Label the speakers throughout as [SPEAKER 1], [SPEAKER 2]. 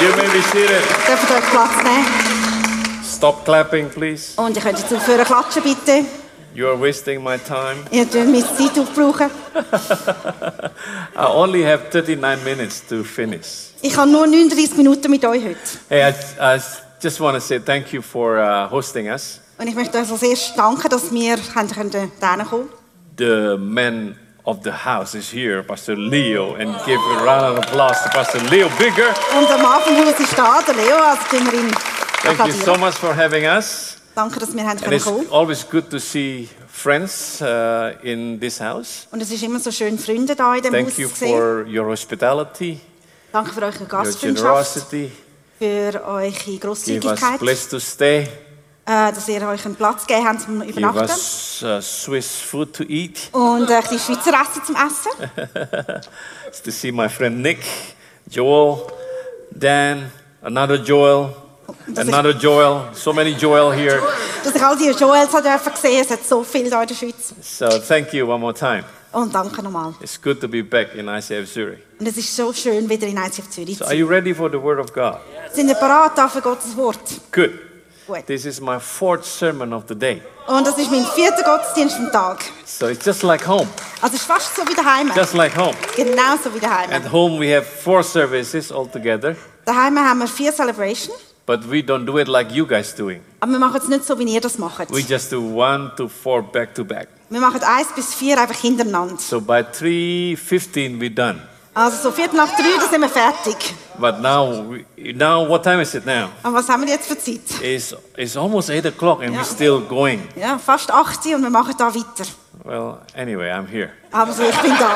[SPEAKER 1] nehmen, wie Sie
[SPEAKER 2] Dürft ihr euch Platz nehmen?
[SPEAKER 1] Stop clapping, please.
[SPEAKER 2] Und ihr könnt jetzt aufhören klatschen, bitte.
[SPEAKER 1] You are wasting my time.
[SPEAKER 2] Ihr dürft meine Zeit aufbrauchen.
[SPEAKER 1] I only have 39 minutes to finish.
[SPEAKER 2] Ich habe nur 39 Minuten mit euch heute.
[SPEAKER 1] Hey, I, I just want to say thank you for uh, hosting us.
[SPEAKER 2] Und ich möchte euch als erstes danken, dass wir haben können hierher kommen
[SPEAKER 1] The man of the house is here, Pastor Leo, and give a round of applause to Pastor Leo Bigger.
[SPEAKER 2] Und am Anfang muss ich da, der Leo, also können wir ihn
[SPEAKER 1] Thank you
[SPEAKER 2] applaudieren.
[SPEAKER 1] so much for having us.
[SPEAKER 2] Danke, dass wir haben
[SPEAKER 1] And
[SPEAKER 2] können
[SPEAKER 1] it's
[SPEAKER 2] kommen
[SPEAKER 1] always good to see friends uh, in this house.
[SPEAKER 2] Und es ist immer so schön, Freunde da in diesem Haus
[SPEAKER 1] Thank
[SPEAKER 2] zu
[SPEAKER 1] you
[SPEAKER 2] sehen.
[SPEAKER 1] for your hospitality,
[SPEAKER 2] Danke für eure
[SPEAKER 1] your
[SPEAKER 2] Gastfreundschaft,
[SPEAKER 1] generosity.
[SPEAKER 2] für eure
[SPEAKER 1] Give us
[SPEAKER 2] Grosszügigkeit, äh,
[SPEAKER 1] place to stay.
[SPEAKER 2] dass ihr euch einen Platz gegeben habt zum
[SPEAKER 1] Give
[SPEAKER 2] Übernachten.
[SPEAKER 1] us uh, Swiss food to eat.
[SPEAKER 2] Und äh, die Schweizer Essen zum Essen.
[SPEAKER 1] It's to see my friend Nick, Joel, Dan, another Joel,
[SPEAKER 2] Does it-
[SPEAKER 1] another Joel. So many Joel here.
[SPEAKER 2] Dass ich all die Joels habe dürfen sehen Es hat so viel da in der Schweiz.
[SPEAKER 1] So thank you one more time.
[SPEAKER 2] Und danke nochmal.
[SPEAKER 1] It's good to be back in ICF Zurich.
[SPEAKER 2] Und es ist so schön, wieder in ICF Zürich
[SPEAKER 1] So
[SPEAKER 2] zu
[SPEAKER 1] are
[SPEAKER 2] sein.
[SPEAKER 1] you ready for the Word of God?
[SPEAKER 2] Sind ihr bereit da für Gottes Wort?
[SPEAKER 1] Good.
[SPEAKER 2] Gut.
[SPEAKER 1] This is my fourth sermon of the day.
[SPEAKER 2] Und das ist mein vierter Gottesdienst am Tag.
[SPEAKER 1] So it's just like home.
[SPEAKER 2] Also es ist fast so wie daheim.
[SPEAKER 1] Just like home.
[SPEAKER 2] Genauso wie
[SPEAKER 1] At
[SPEAKER 2] daheim.
[SPEAKER 1] home we have four services altogether,
[SPEAKER 2] Daheim haben wir vier Celebration.
[SPEAKER 1] but we don't do it like you guys doing.
[SPEAKER 2] Aber wir machen es nicht so, wie ihr das macht.
[SPEAKER 1] We just do one to four back to back.
[SPEAKER 2] Wir machen eins bis vier einfach hintereinander.
[SPEAKER 1] So by 3:15 we're done.
[SPEAKER 2] Also so viertel nach drei, dann sind wir fertig.
[SPEAKER 1] But now, we, now what time is it now?
[SPEAKER 2] Und was haben wir jetzt für Zeit?
[SPEAKER 1] It's, it's almost 8 o'clock and we're still going.
[SPEAKER 2] Ja, fast 18 und wir machen da weiter.
[SPEAKER 1] Well, anyway, I'm here.
[SPEAKER 2] Aber so, ich bin da.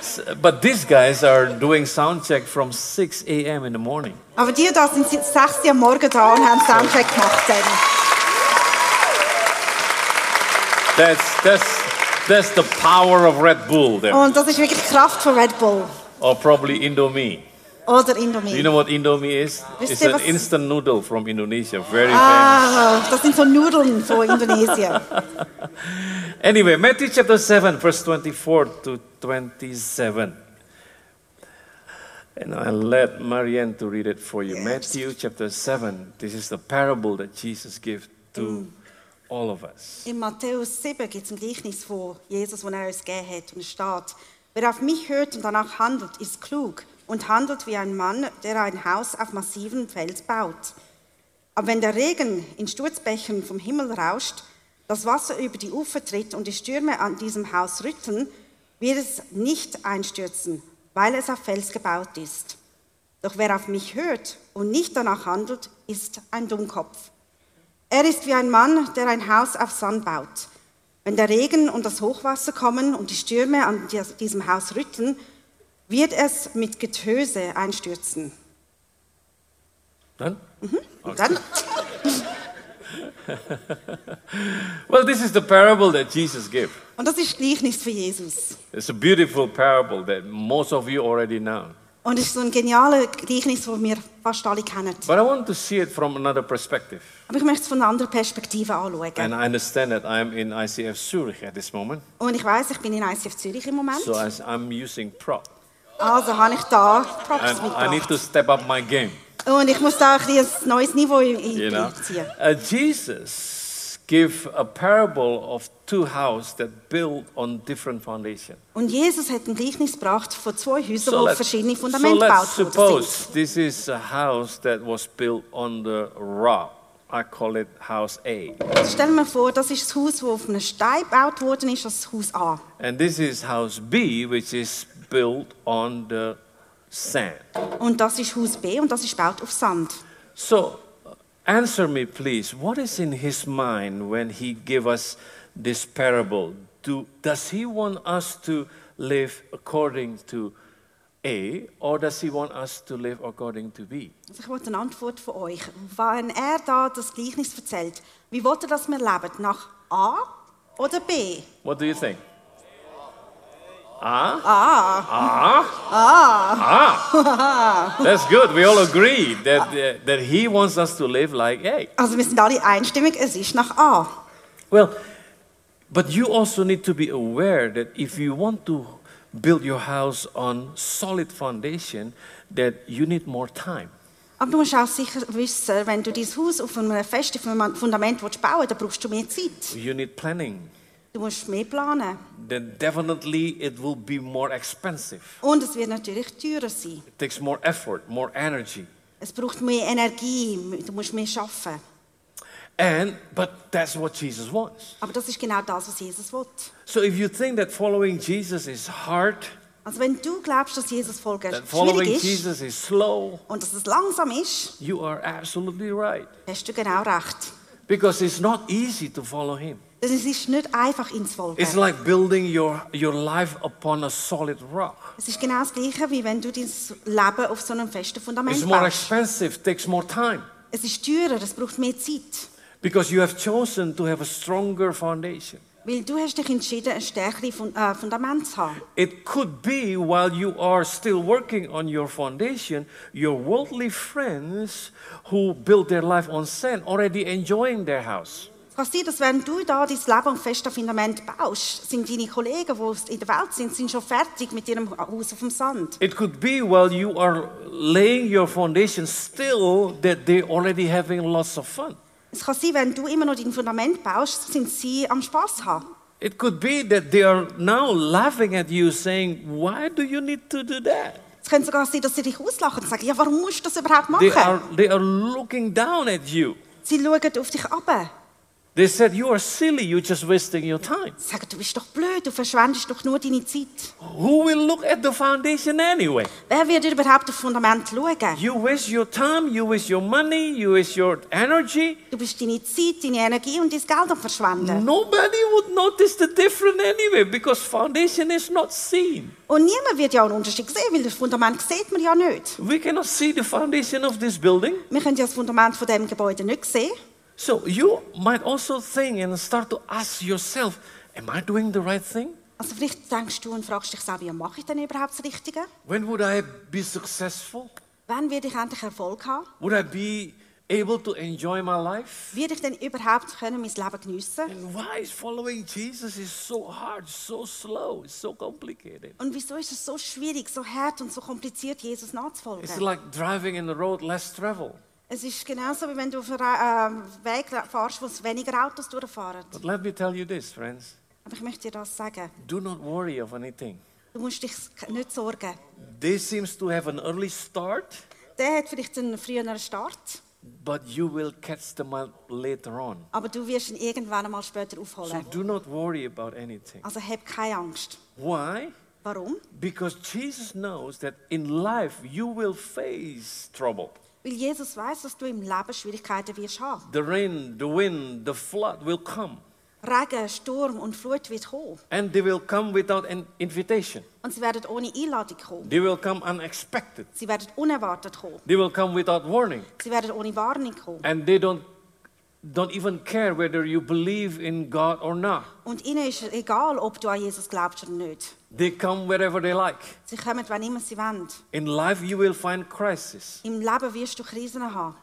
[SPEAKER 1] S- But these guys are doing sound check from 6 a.m. in the morning.
[SPEAKER 2] Aber die da sind seit 6 Uhr am Morgen da und haben Soundcheck gemacht. Dann.
[SPEAKER 1] That's, that's, that's the power of Red Bull there.
[SPEAKER 2] Und das ist wirklich die Kraft von Red Bull.
[SPEAKER 1] Or probably Indomie.
[SPEAKER 2] Oder Indomie.
[SPEAKER 1] Do you know what Indomie is?
[SPEAKER 2] Wisst
[SPEAKER 1] It's
[SPEAKER 2] ihr,
[SPEAKER 1] an
[SPEAKER 2] was-
[SPEAKER 1] instant noodle from Indonesia. Very famous.
[SPEAKER 2] Ah, das sind so Nudeln von Indonesien.
[SPEAKER 1] Anyway, Matthew chapter 7, verse 24 to 27. And I let Marianne to read it for you. Matthew chapter 7, this is the parable that Jesus gave to all of us.
[SPEAKER 2] In Matthäus 7 gibt es ein Gleichnis von Jesus, das er uns gegeben hat. Und es steht, wer auf mich hört und danach handelt, ist klug und handelt wie ein Mann, der ein Haus auf massivem Fels baut. Aber wenn der Regen in Sturzbächen vom Himmel rauscht, das Wasser über die Ufer tritt und die Stürme an diesem Haus rütteln, wird es nicht einstürzen, weil es auf Fels gebaut ist. Doch wer auf mich hört und nicht danach handelt, ist ein Dummkopf. Er ist wie ein Mann, der ein Haus auf Sand baut. Wenn der Regen und das Hochwasser kommen und die Stürme an dies- diesem Haus rütteln, wird es mit Getöse einstürzen.
[SPEAKER 1] Done?
[SPEAKER 2] Und dann,
[SPEAKER 1] Well, this is the parable that Jesus gave.
[SPEAKER 2] und das ist Gleichnis für Jesus.
[SPEAKER 1] It's a beautiful parable that most of you already know.
[SPEAKER 2] Und es ist so ein geniales Gleichnis, das wir fast alle kennen.
[SPEAKER 1] But I want to see it from another perspective.
[SPEAKER 2] Aber ich möchte es von einer anderen Perspektive anschauen.
[SPEAKER 1] And I understand that I'm in ICF Zurich at this moment,
[SPEAKER 2] Und ich weiß, ich bin in ICF Zürich im Moment.
[SPEAKER 1] so as I'm using prop.
[SPEAKER 2] Also habe ich da
[SPEAKER 1] And
[SPEAKER 2] Props
[SPEAKER 1] I need
[SPEAKER 2] mitgebracht.
[SPEAKER 1] to step up my game.
[SPEAKER 2] Und ich muss da ein, bisschen ein neues Niveau ein-
[SPEAKER 1] you know
[SPEAKER 2] einziehen.
[SPEAKER 1] uh, jesus gave a parable of two houses that built on different foundation
[SPEAKER 2] Und Jesus hat ein Gleichnis gebracht von zwei Häusern, wo
[SPEAKER 1] let's,
[SPEAKER 2] verschiedene
[SPEAKER 1] so
[SPEAKER 2] Fundamente
[SPEAKER 1] let's
[SPEAKER 2] gebaut worden
[SPEAKER 1] suppose
[SPEAKER 2] sind.
[SPEAKER 1] this is a house that was built on the rock i call it house a
[SPEAKER 2] Also stell mir vor, das ist das Haus, das auf einem Stein gebaut worden ist, das Haus A.
[SPEAKER 1] and this is house b which is built on the sand
[SPEAKER 2] Und das ist Haus B und das ist gebaut auf Sand.
[SPEAKER 1] so uh, answer me please what is in his mind when he gave us this parable Do, does he want us to live according to a or does he want us to live according to b
[SPEAKER 2] Also ich wollte eine Antwort von euch. Wenn er da das Gleichnis erzählt, wie wollte er, dass wir leben? Nach A oder B?
[SPEAKER 1] what do you think ah
[SPEAKER 2] A.
[SPEAKER 1] ah ah that's good we all agree that, that, that he wants us to live like a
[SPEAKER 2] Also wir sind alle einstimmig, es ist nach A.
[SPEAKER 1] Well, but you also need to be aware that if you want to build your house on solid foundation, that you need more time.
[SPEAKER 2] Aber du musst auch sicher wissen, wenn du dein Haus auf einem festen Fun- Fundament willst bauen willst, dann brauchst du mehr Zeit.
[SPEAKER 1] You need planning.
[SPEAKER 2] Du musst mehr planen.
[SPEAKER 1] Then definitely it will be more expensive.
[SPEAKER 2] Und es wird natürlich teurer sein.
[SPEAKER 1] It takes more effort, more energy.
[SPEAKER 2] Es braucht mehr Energie, du musst mehr arbeiten.
[SPEAKER 1] And but that's what Jesus wants.
[SPEAKER 2] Aber das ist genau das, was Jesus will.
[SPEAKER 1] So if you think that following Jesus is hard,
[SPEAKER 2] Also wenn du glaubst, dass Jesus Folge
[SPEAKER 1] that following
[SPEAKER 2] schwierig ist
[SPEAKER 1] Jesus is slow,
[SPEAKER 2] und dass es langsam ist,
[SPEAKER 1] you are absolutely right.
[SPEAKER 2] hast du genau recht.
[SPEAKER 1] Because it's not easy to follow him.
[SPEAKER 2] Denn es ist nicht einfach ins Folgen.
[SPEAKER 1] It's like building your, your life upon a solid rock.
[SPEAKER 2] Es ist genau das Gleiche, wie wenn du dein Leben auf so einem festen
[SPEAKER 1] It's
[SPEAKER 2] Fundament
[SPEAKER 1] more
[SPEAKER 2] baust.
[SPEAKER 1] expensive, takes more time.
[SPEAKER 2] Es ist teurer, es braucht mehr Zeit.
[SPEAKER 1] Because you have chosen to have a stronger foundation.
[SPEAKER 2] Weil du hast dich entschieden, ein stärkeres Fun- äh, Fundament zu haben.
[SPEAKER 1] It could be while you are still working on your foundation, your worldly friends who build their life on sand already enjoying their house.
[SPEAKER 2] Es kann sein, dass wenn du da dein Leben auf festem Fundament baust, sind deine Kollegen, die in der Welt sind, sind schon fertig mit ihrem Haus auf dem Sand.
[SPEAKER 1] It could be while you are laying your foundation still that they're already having lots of fun.
[SPEAKER 2] Es kann sein, wenn du immer noch dein Fundament baust, sind sie am Spass haben.
[SPEAKER 1] It could be that they are now laughing at you saying, Why do you need to do that?
[SPEAKER 2] Es könnte sogar sein, dass sie dich auslachen und sagen, ja, warum musst du das überhaupt
[SPEAKER 1] They are,
[SPEAKER 2] machen?
[SPEAKER 1] they are looking down at you.
[SPEAKER 2] Sie schauen auf dich ab.
[SPEAKER 1] They said, You are silly, you're just wasting your time.
[SPEAKER 2] Sie sagen, du bist doch blöd, du verschwendest doch nur deine Zeit.
[SPEAKER 1] Who will look at the foundation anyway?
[SPEAKER 2] Wer wird überhaupt auf Fundament schauen?
[SPEAKER 1] You waste your time, you waste your money, you waste your energy.
[SPEAKER 2] Du bist deine Zeit, deine Energie und dein Geld am Verschwenden.
[SPEAKER 1] Nobody would notice the difference anyway because foundation is not seen.
[SPEAKER 2] Und niemand wird ja einen Unterschied sehen, weil das Fundament sieht man ja nicht.
[SPEAKER 1] We cannot see the foundation of this building.
[SPEAKER 2] Wir können ja das Fundament von dem Gebäude nicht sehen.
[SPEAKER 1] So you might also think and start to ask yourself, am I doing the right thing?
[SPEAKER 2] Also vielleicht denkst du und fragst dich selber, ja, mache ich denn überhaupt das Richtige?
[SPEAKER 1] When would I be successful?
[SPEAKER 2] Wann werde ich endlich Erfolg haben?
[SPEAKER 1] Would I be able to enjoy my life?
[SPEAKER 2] Werde ich denn überhaupt können mein Leben geniessen?
[SPEAKER 1] And why is following Jesus is so hard, so slow, it's so complicated?
[SPEAKER 2] Und wieso ist es so schwierig, so hart und so kompliziert, Jesus
[SPEAKER 1] It's
[SPEAKER 2] nachzufolgen?
[SPEAKER 1] like driving in the road less travel.
[SPEAKER 2] Es ist genauso, wie wenn du auf einen ähm, Weg fährst, wo es weniger Autos durchfahren.
[SPEAKER 1] But let me tell you this, friends.
[SPEAKER 2] Aber ich möchte dir das sagen.
[SPEAKER 1] Do not worry of anything.
[SPEAKER 2] Du musst dich nicht sorgen.
[SPEAKER 1] This seems to have an early start,
[SPEAKER 2] Der hat vielleicht einen früheren Start,
[SPEAKER 1] but you will catch them up later on.
[SPEAKER 2] aber du wirst ihn irgendwann einmal später
[SPEAKER 1] So
[SPEAKER 2] aufholen.
[SPEAKER 1] do not worry about anything.
[SPEAKER 2] Also hab keine Angst.
[SPEAKER 1] Why?
[SPEAKER 2] Warum?
[SPEAKER 1] Because Jesus knows that in life you will face trouble.
[SPEAKER 2] Weil Jesus weiß, dass du im Leben Schwierigkeiten wirst haben.
[SPEAKER 1] The rain, the wind, the flood will come,
[SPEAKER 2] Regen, Sturm und Flut wird kommen.
[SPEAKER 1] and they will come without an invitation.
[SPEAKER 2] Und sie werden ohne Einladung kommen.
[SPEAKER 1] They will come unexpected.
[SPEAKER 2] Sie werden unerwartet kommen.
[SPEAKER 1] They will come without warning,
[SPEAKER 2] Sie werden ohne Warnung kommen.
[SPEAKER 1] and they don't don't even care whether you believe in God or not.
[SPEAKER 2] Und ihnen ist egal, ob du an Jesus glaubst oder nicht.
[SPEAKER 1] They come wherever they like.
[SPEAKER 2] Sie kommen, wann immer sie wollen.
[SPEAKER 1] In life, you will find crisis.
[SPEAKER 2] Im Leben wirst du Krisen haben.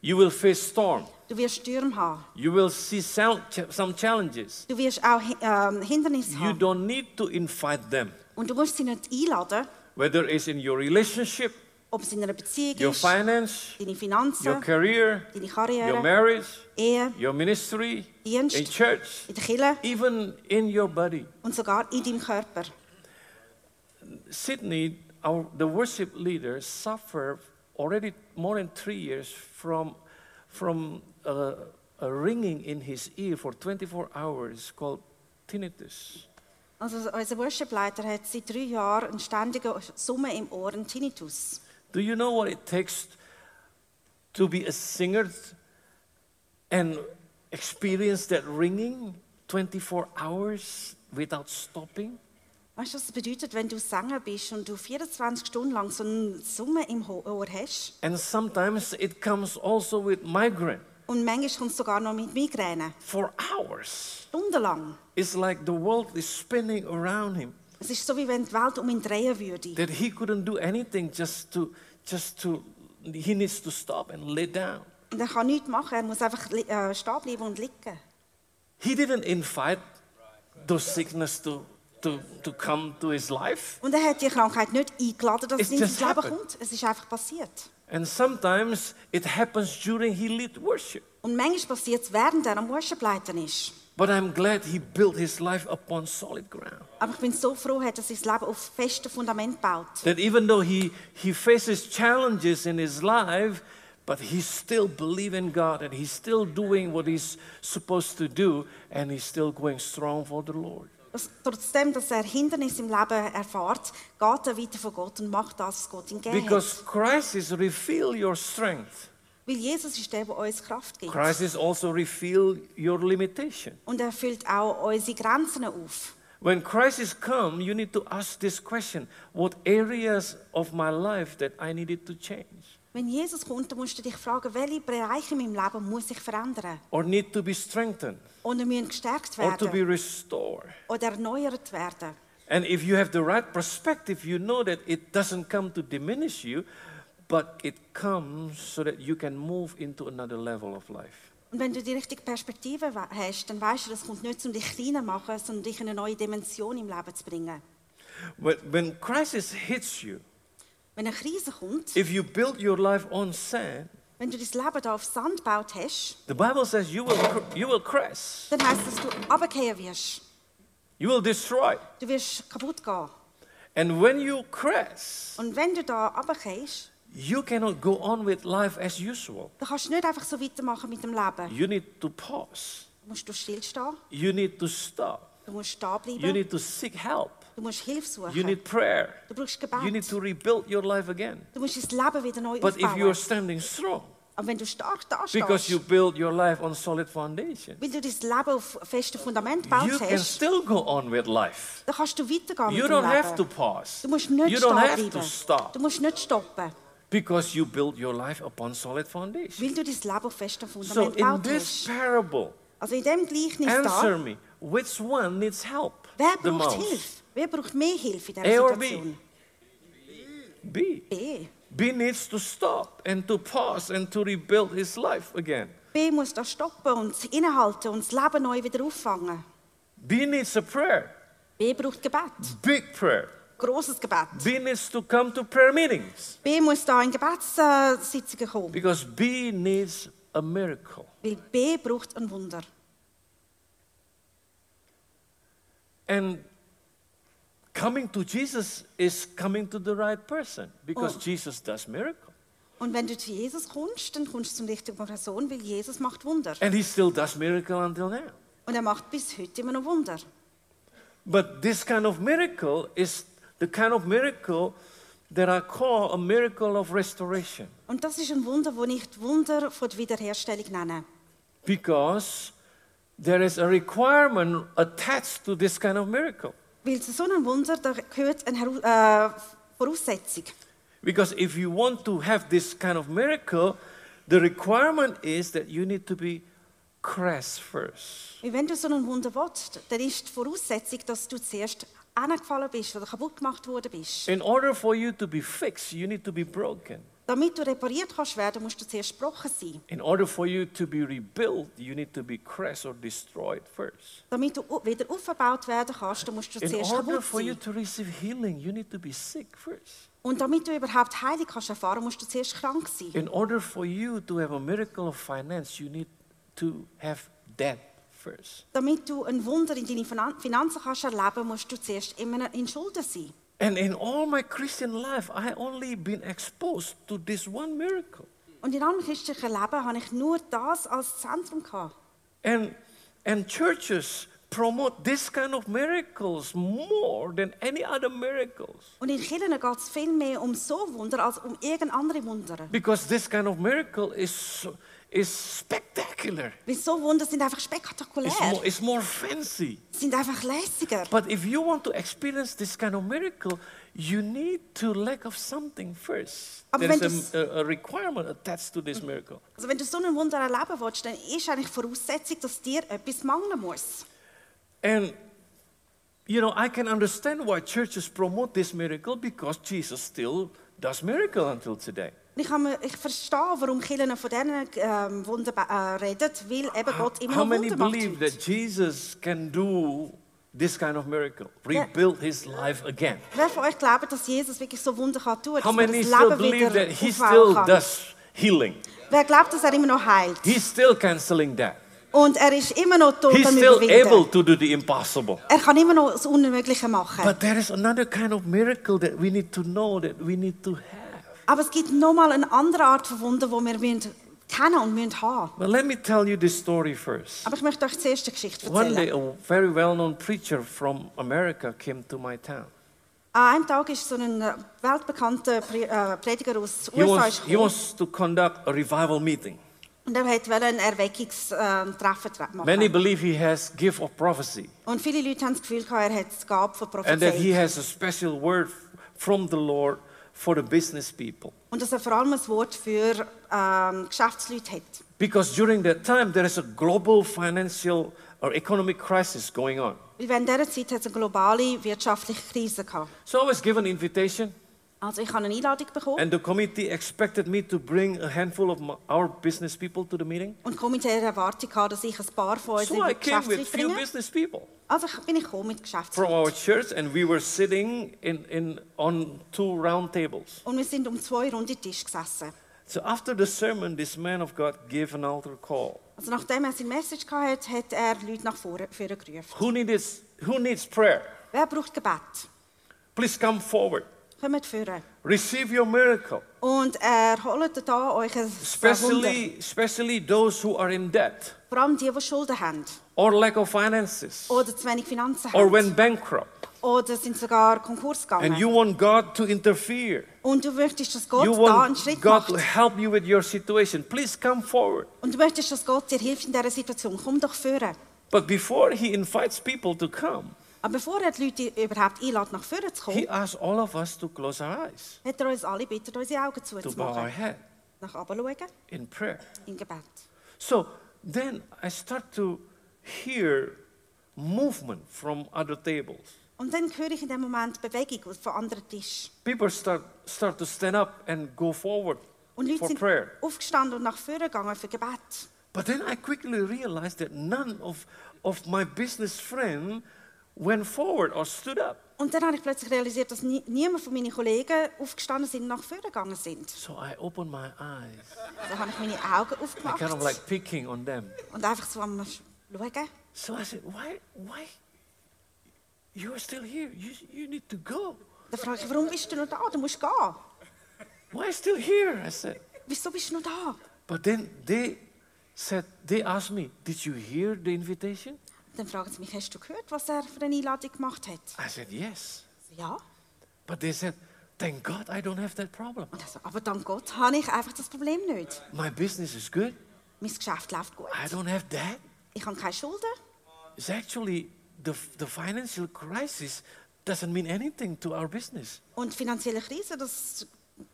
[SPEAKER 1] You will face storm.
[SPEAKER 2] Du wirst Stürme haben.
[SPEAKER 1] You will see sal- ch- some challenges.
[SPEAKER 2] Du wirst auch Hi- ähm, Hindernisse
[SPEAKER 1] You
[SPEAKER 2] haben.
[SPEAKER 1] don't need to invite them,
[SPEAKER 2] Und du musst sie nicht einladen,
[SPEAKER 1] whether it's in your relationship,
[SPEAKER 2] ob es in einer Beziehung
[SPEAKER 1] your
[SPEAKER 2] ist,
[SPEAKER 1] finance,
[SPEAKER 2] deine
[SPEAKER 1] your
[SPEAKER 2] Finanzen,
[SPEAKER 1] career,
[SPEAKER 2] deine
[SPEAKER 1] your
[SPEAKER 2] Karriere,
[SPEAKER 1] marriage,
[SPEAKER 2] Ehe,
[SPEAKER 1] your ministry, in
[SPEAKER 2] Dienst,
[SPEAKER 1] church,
[SPEAKER 2] in der Kirche
[SPEAKER 1] even in your body.
[SPEAKER 2] und sogar in deinem Körper.
[SPEAKER 1] Sydney, our, the worship leader, suffered already more than three years from, from uh, a ringing in his ear for 24 hours called tinnitus.
[SPEAKER 2] Also unser Worshipleiter hat seit drei Jahren einen ständigen Summe im Ohr, einen Tinnitus.
[SPEAKER 1] Do you know what it takes to be a singer and experience that ringing 24 hours without stopping?
[SPEAKER 2] Weißt du, was das bedeutet, wenn du Sänger bist und du 24 Stunden lang so eine Summe im Ho- Ohr hast?
[SPEAKER 1] And sometimes it comes also with migraine
[SPEAKER 2] Und manchmal kommt es sogar noch mit Migräne,
[SPEAKER 1] for hours.
[SPEAKER 2] stundenlang.
[SPEAKER 1] It's like the world is spinning around him.
[SPEAKER 2] Es ist so, wie wenn die Welt um ihn drehen würde.
[SPEAKER 1] that he couldn't do anything just to just to he needs to stop and lay down
[SPEAKER 2] Und er kann nichts machen, er muss einfach li- äh, stehen bleiben und liegen.
[SPEAKER 1] he didn't invite those sickness to to to come to his life
[SPEAKER 2] Und er hat die Krankheit nicht eingeladen, dass
[SPEAKER 1] It's
[SPEAKER 2] es in
[SPEAKER 1] just
[SPEAKER 2] sein Leben
[SPEAKER 1] happened.
[SPEAKER 2] kommt. Es ist einfach passiert.
[SPEAKER 1] And sometimes it happens during he lead worship.
[SPEAKER 2] Und manchmal passiert es, während er am Worship-Leiter ist.
[SPEAKER 1] But I'm glad he built his life upon solid ground.
[SPEAKER 2] Aber ich bin so froh, hat, dass er sein Leben auf festem Fundament baut.
[SPEAKER 1] That even though he, he faces challenges in his life, but he still believes in God and he's still doing what he's supposed to do and he's still going strong for the Lord.
[SPEAKER 2] Dass, trotzdem, dass er Hindernisse im Leben erfährt, geht er weiter von Gott und macht das, was Gott ihm gegeben hat.
[SPEAKER 1] Because crisis reveal your strength.
[SPEAKER 2] Weil Jesus ist der, der uns Kraft gibt.
[SPEAKER 1] Crisis also reveal your limitation.
[SPEAKER 2] Und er füllt auch unsere Grenzen auf.
[SPEAKER 1] When crisis come, you need to ask this question: What areas of my life that I needed to change
[SPEAKER 2] Wenn Jesus kommt, dann musst du dich fragen, welche Bereiche in meinem Leben muss ich verändern?
[SPEAKER 1] or need to be strengthened
[SPEAKER 2] Und er müssen gestärkt
[SPEAKER 1] or to be
[SPEAKER 2] werden
[SPEAKER 1] restored?
[SPEAKER 2] oder erneuert werden.
[SPEAKER 1] And if you have the right perspective, you know that it doesn't come to diminish you, but it comes so that you can move into another level of life.
[SPEAKER 2] Und wenn du die richtige Perspektive we- hast, dann weißt du, es kommt nicht, um dich kleiner zu machen, sondern dich in eine neue Dimension im Leben zu bringen.
[SPEAKER 1] When, when crisis hits you,
[SPEAKER 2] Wenn eine Krise kommt,
[SPEAKER 1] if you build your life on sand,
[SPEAKER 2] wenn du dein Leben da auf Sand gebaut hast,
[SPEAKER 1] the Bible says you will, cr- you will crash,
[SPEAKER 2] dann heisst das, dass du runtergehen wirst.
[SPEAKER 1] you will destroy.
[SPEAKER 2] Du wirst kaputt gehen.
[SPEAKER 1] And when you crash,
[SPEAKER 2] Und wenn du da runtergehst,
[SPEAKER 1] you cannot go on with life as usual.
[SPEAKER 2] dann kannst du nicht einfach so weitermachen mit dem Leben.
[SPEAKER 1] You need to pause.
[SPEAKER 2] Du musst du stillstehen,
[SPEAKER 1] You need to stop.
[SPEAKER 2] du musst stehen
[SPEAKER 1] You
[SPEAKER 2] bleiben,
[SPEAKER 1] need to seek help.
[SPEAKER 2] du musst Hilfe suchen,
[SPEAKER 1] You need prayer.
[SPEAKER 2] du brauchst
[SPEAKER 1] You need
[SPEAKER 2] Gebet.
[SPEAKER 1] to rebuild your life again.
[SPEAKER 2] Du musst dein Leben wieder neu
[SPEAKER 1] But if you're
[SPEAKER 2] aufbauen.
[SPEAKER 1] standing strong,
[SPEAKER 2] Aber wenn du stark da
[SPEAKER 1] because
[SPEAKER 2] stehst,
[SPEAKER 1] you build your life on solid foundation,
[SPEAKER 2] weil du dein Leben auf festem Fundament
[SPEAKER 1] you
[SPEAKER 2] gebaut
[SPEAKER 1] can
[SPEAKER 2] hast,
[SPEAKER 1] still go on with life.
[SPEAKER 2] dann kannst du weitergehen
[SPEAKER 1] You
[SPEAKER 2] mit
[SPEAKER 1] don't
[SPEAKER 2] dem Leben.
[SPEAKER 1] have to pause.
[SPEAKER 2] Du musst nicht
[SPEAKER 1] You
[SPEAKER 2] stehen
[SPEAKER 1] don't have to
[SPEAKER 2] bleiben.
[SPEAKER 1] stop
[SPEAKER 2] Du musst nicht stoppen,
[SPEAKER 1] because you build your life upon solid foundation.
[SPEAKER 2] weil du dein Leben auf festem
[SPEAKER 1] So
[SPEAKER 2] Fundament
[SPEAKER 1] in
[SPEAKER 2] gebaut
[SPEAKER 1] this
[SPEAKER 2] hast.
[SPEAKER 1] parable,
[SPEAKER 2] Also in dem Gleichnis
[SPEAKER 1] answer
[SPEAKER 2] da,
[SPEAKER 1] me: which one needs help
[SPEAKER 2] wer
[SPEAKER 1] the
[SPEAKER 2] braucht
[SPEAKER 1] most?
[SPEAKER 2] Hilfe? Wer braucht mehr Hilfe in
[SPEAKER 1] A
[SPEAKER 2] dieser
[SPEAKER 1] or B?
[SPEAKER 2] Situation?
[SPEAKER 1] B.
[SPEAKER 2] B.
[SPEAKER 1] B needs to stop and to pause and to rebuild his life again.
[SPEAKER 2] B muss da stoppen und innehalten und das Leben neu wieder auffangen.
[SPEAKER 1] B needs a prayer,
[SPEAKER 2] B braucht Gebet,
[SPEAKER 1] big prayer.
[SPEAKER 2] großes Gebet.
[SPEAKER 1] B needs to come to prayer meetings.
[SPEAKER 2] B muss da in Gebetssitzungen kommen,
[SPEAKER 1] Because B needs a miracle.
[SPEAKER 2] weil B braucht ein Wunder.
[SPEAKER 1] And coming to Jesus is coming to the right person because
[SPEAKER 2] Oh.
[SPEAKER 1] Jesus does miracle.
[SPEAKER 2] Und wenn du zu Jesus kommst, dann kommst du zum richtigen Person, weil Jesus macht Wunder.
[SPEAKER 1] And he still does miracle until now.
[SPEAKER 2] Und er macht bis heute immer noch Wunder.
[SPEAKER 1] But this kind of miracle is the kind of miracle that I call a miracle of restoration.
[SPEAKER 2] Und das ist ein Wunder, das ich die Wunder von der Wiederherstellung nenne.
[SPEAKER 1] Because there is a requirement attached to this kind of miracle.
[SPEAKER 2] Weil zu so einem Wunder da gehört eine Heru- äh, Voraussetzung.
[SPEAKER 1] Because if you want to have this kind of miracle, the requirement is that you need to be crashed first.
[SPEAKER 2] Weil wenn du so ein Wunder willst, dann ist die Voraussetzung, dass du zuerst angefallen bist oder kaputt gemacht worden bist.
[SPEAKER 1] In order for you to be fixed, you need to be broken.
[SPEAKER 2] Damit du repariert kannst werden, musst du zuerst gebrochen sein.
[SPEAKER 1] In order for you to be rebuilt, you need to be crashed or destroyed first.
[SPEAKER 2] Damit du u- wieder aufgebaut werden kannst, dann musst du
[SPEAKER 1] In
[SPEAKER 2] zuerst
[SPEAKER 1] order
[SPEAKER 2] kaputt
[SPEAKER 1] for you
[SPEAKER 2] sein.
[SPEAKER 1] to receive healing, you need to be sick first.
[SPEAKER 2] Und damit du überhaupt Heilung kannst erfahren, musst du zuerst krank sein.
[SPEAKER 1] In order for you to have a miracle of finance, you need to have debt first.
[SPEAKER 2] Damit du ein Wunder in deinen Finan- Finanzen kannst erleben, musst du zuerst immer in Schulden sein.
[SPEAKER 1] And in all my Christian life, I only been exposed to this one miracle.
[SPEAKER 2] Und in allem christlichen Leben habe ich nur das als Zentrum gehabt.
[SPEAKER 1] And, and churches promote this kind of miracles more than any other miracles.
[SPEAKER 2] Und in Kirchen geht es viel mehr um so Wunder als um irgendeine andere Wunder.
[SPEAKER 1] Because this kind of miracle is, so- is spectacular,
[SPEAKER 2] Weil so Wunder sind einfach
[SPEAKER 1] it's more,
[SPEAKER 2] spektakulär,
[SPEAKER 1] it's more fancy.
[SPEAKER 2] sind einfach lässiger.
[SPEAKER 1] But if you want to experience this kind of miracle, you need to lack of something first.
[SPEAKER 2] Aber wenn
[SPEAKER 1] There's
[SPEAKER 2] du's-
[SPEAKER 1] a, a, a requirement attached to this miracle.
[SPEAKER 2] Also wenn du so ein Wunder erleben willst, dann ist eigentlich die Voraussetzung, dass dir etwas mangeln muss.
[SPEAKER 1] And you know, I can understand why churches promote this miracle because Jesus still does miracle until today.
[SPEAKER 2] Und ich, kann mir, ich verstehe, warum Kirchen von diesen ähm, Wunder be- äh, reden, weil eben Gott immer
[SPEAKER 1] How
[SPEAKER 2] noch
[SPEAKER 1] many
[SPEAKER 2] Wunder macht.
[SPEAKER 1] believe
[SPEAKER 2] heute.
[SPEAKER 1] that Jesus can do this kind of miracle, rebuild his life again.
[SPEAKER 2] Wer von euch glaubt, dass Jesus wirklich so Wunder kann tun,
[SPEAKER 1] How
[SPEAKER 2] dass man das
[SPEAKER 1] many still
[SPEAKER 2] Leben
[SPEAKER 1] believe that he
[SPEAKER 2] wieder aufbauen
[SPEAKER 1] still
[SPEAKER 2] kann?
[SPEAKER 1] does healing?
[SPEAKER 2] Wer glaubt, dass er immer noch heilt?
[SPEAKER 1] He's still canceling death.
[SPEAKER 2] Und er ist immer noch tot
[SPEAKER 1] He's
[SPEAKER 2] am
[SPEAKER 1] still
[SPEAKER 2] Überwinden.
[SPEAKER 1] able to do the impossible.
[SPEAKER 2] Er kann immer noch das Unmögliche machen.
[SPEAKER 1] But there is another kind of miracle that we need to know that we need to have.
[SPEAKER 2] Aber es gibt nochmal eine andere Art von Wunder, die wir müssen kennen und müssen haben.
[SPEAKER 1] But let me tell you this story first.
[SPEAKER 2] Aber ich möchte euch zuerst eine Geschichte
[SPEAKER 1] One day,
[SPEAKER 2] erzählen.
[SPEAKER 1] a very well known preacher from America came to my town.
[SPEAKER 2] An einem Tag ist so ein äh, weltbekannter Pre äh, Prediger aus den
[SPEAKER 1] He
[SPEAKER 2] USA
[SPEAKER 1] wants,
[SPEAKER 2] ist
[SPEAKER 1] he
[SPEAKER 2] gekommen
[SPEAKER 1] wants to conduct a revival meeting.
[SPEAKER 2] und er wollte ein Erweckungstreffen tra- machen.
[SPEAKER 1] Many believe he has gift of prophecy
[SPEAKER 2] Und viele Leute haben das Gefühl, gehabt, er hat das Gabe von
[SPEAKER 1] and that he
[SPEAKER 2] Prophezeiung.
[SPEAKER 1] has a special word from the Lord for the business people.
[SPEAKER 2] Und dass er vor allem ein Wort für ähm, Geschäftsleute hat.
[SPEAKER 1] Because during that time, there is a global financial or economic crisis going on.
[SPEAKER 2] Weil während dieser Zeit hat es eine globale wirtschaftliche Krise gehabt.
[SPEAKER 1] So I was given invitation,
[SPEAKER 2] Also ich habe eine Einladung bekommen
[SPEAKER 1] and the committee expected me to bring a handful of my, our business people to the meeting.
[SPEAKER 2] und komme mit der Erwartung, gehabt, dass ich ein paar von
[SPEAKER 1] So I came
[SPEAKER 2] unseren
[SPEAKER 1] with
[SPEAKER 2] Geschäftsleuten
[SPEAKER 1] few
[SPEAKER 2] bringe.
[SPEAKER 1] business people
[SPEAKER 2] Also ich- bin ich gekommen mit
[SPEAKER 1] from our
[SPEAKER 2] Geschäftsleuten.
[SPEAKER 1] church, and we were sitting in, in, on two round tables.
[SPEAKER 2] Und wir sind um zwei runde Tisch gesessen.
[SPEAKER 1] So after the sermon, this man of God gave an altar call.
[SPEAKER 2] Also nachdem er seine Message gehabt hat, hat er Leute nach vorne vorne gerufen.
[SPEAKER 1] Who needs, who needs prayer?
[SPEAKER 2] Wer braucht Gebet?
[SPEAKER 1] Please come forward.
[SPEAKER 2] Kommt vorne.
[SPEAKER 1] Receive your miracle,
[SPEAKER 2] Und er holt da euch ein ein Wunder.
[SPEAKER 1] especially, especially those who are in debt
[SPEAKER 2] Vor allem die, die Schulden haben.
[SPEAKER 1] or lack of finances
[SPEAKER 2] Oder zu wenig Finanzen
[SPEAKER 1] or when
[SPEAKER 2] haben.
[SPEAKER 1] bankrupt
[SPEAKER 2] Oder sind sogar Konkurs
[SPEAKER 1] and
[SPEAKER 2] gegangen.
[SPEAKER 1] you want God to interfere.
[SPEAKER 2] Und du möchtest, dass
[SPEAKER 1] You
[SPEAKER 2] Gott da einen
[SPEAKER 1] want
[SPEAKER 2] Schritt
[SPEAKER 1] God to
[SPEAKER 2] macht.
[SPEAKER 1] help you with your situation. Please come forward.
[SPEAKER 2] Und du möchtest, dass Gott dir hilft in dieser Situation. Komm doch vorne.
[SPEAKER 1] But before he invites people to come,
[SPEAKER 2] Aber bevor er die Leute überhaupt einlädt, nach vorne zu kommen,
[SPEAKER 1] he asks all of us to close our eyes,
[SPEAKER 2] hat er uns alle bittet, unsere Augen
[SPEAKER 1] to bow our
[SPEAKER 2] zuzumachen.
[SPEAKER 1] head
[SPEAKER 2] Nach oben schauen,
[SPEAKER 1] in prayer.
[SPEAKER 2] in Gebet.
[SPEAKER 1] So then I start to hear movement from other tables.
[SPEAKER 2] Und dann höre ich in dem Moment Bewegung von anderen Tisch.
[SPEAKER 1] People start, start to stand up and go forward
[SPEAKER 2] Und Leute
[SPEAKER 1] for
[SPEAKER 2] sind
[SPEAKER 1] prayer.
[SPEAKER 2] aufgestanden und nach vorne gegangen für Gebet.
[SPEAKER 1] But then I quickly realized that none of, of my business friend went forward or stood up.
[SPEAKER 2] Und dann habe ich plötzlich realisiert, dass nie, niemand von meinen Kollegen aufgestanden sind und nach vorne gegangen sind.
[SPEAKER 1] So I opened my eyes,
[SPEAKER 2] Dann habe ich meine Augen
[SPEAKER 1] I
[SPEAKER 2] aufgemacht
[SPEAKER 1] kind of like picking on them.
[SPEAKER 2] und einfach so am Schauen.
[SPEAKER 1] So I said, why, why? You are still here. You, you need to go.
[SPEAKER 2] Dann frage ich, warum bist du noch da? Du musst gehen.
[SPEAKER 1] Why still here? I said.
[SPEAKER 2] Wieso bist du noch da?
[SPEAKER 1] But then they said, they asked me, did you hear the invitation?
[SPEAKER 2] Dann fragen sie mich, hast du gehört, was er für eine Einladung gemacht hat?
[SPEAKER 1] I said, yes.
[SPEAKER 2] Ja.
[SPEAKER 1] But they said, thank God I don't have that problem.
[SPEAKER 2] Und er so, aber dank Gott habe ich einfach das Problem nicht.
[SPEAKER 1] My business is good.
[SPEAKER 2] Mein Geschäft läuft gut.
[SPEAKER 1] I don't have that.
[SPEAKER 2] Ich habe keine Schulden.
[SPEAKER 1] It's actually the, the financial crisis doesn't mean anything to our business.
[SPEAKER 2] Und die finanzielle Krise, das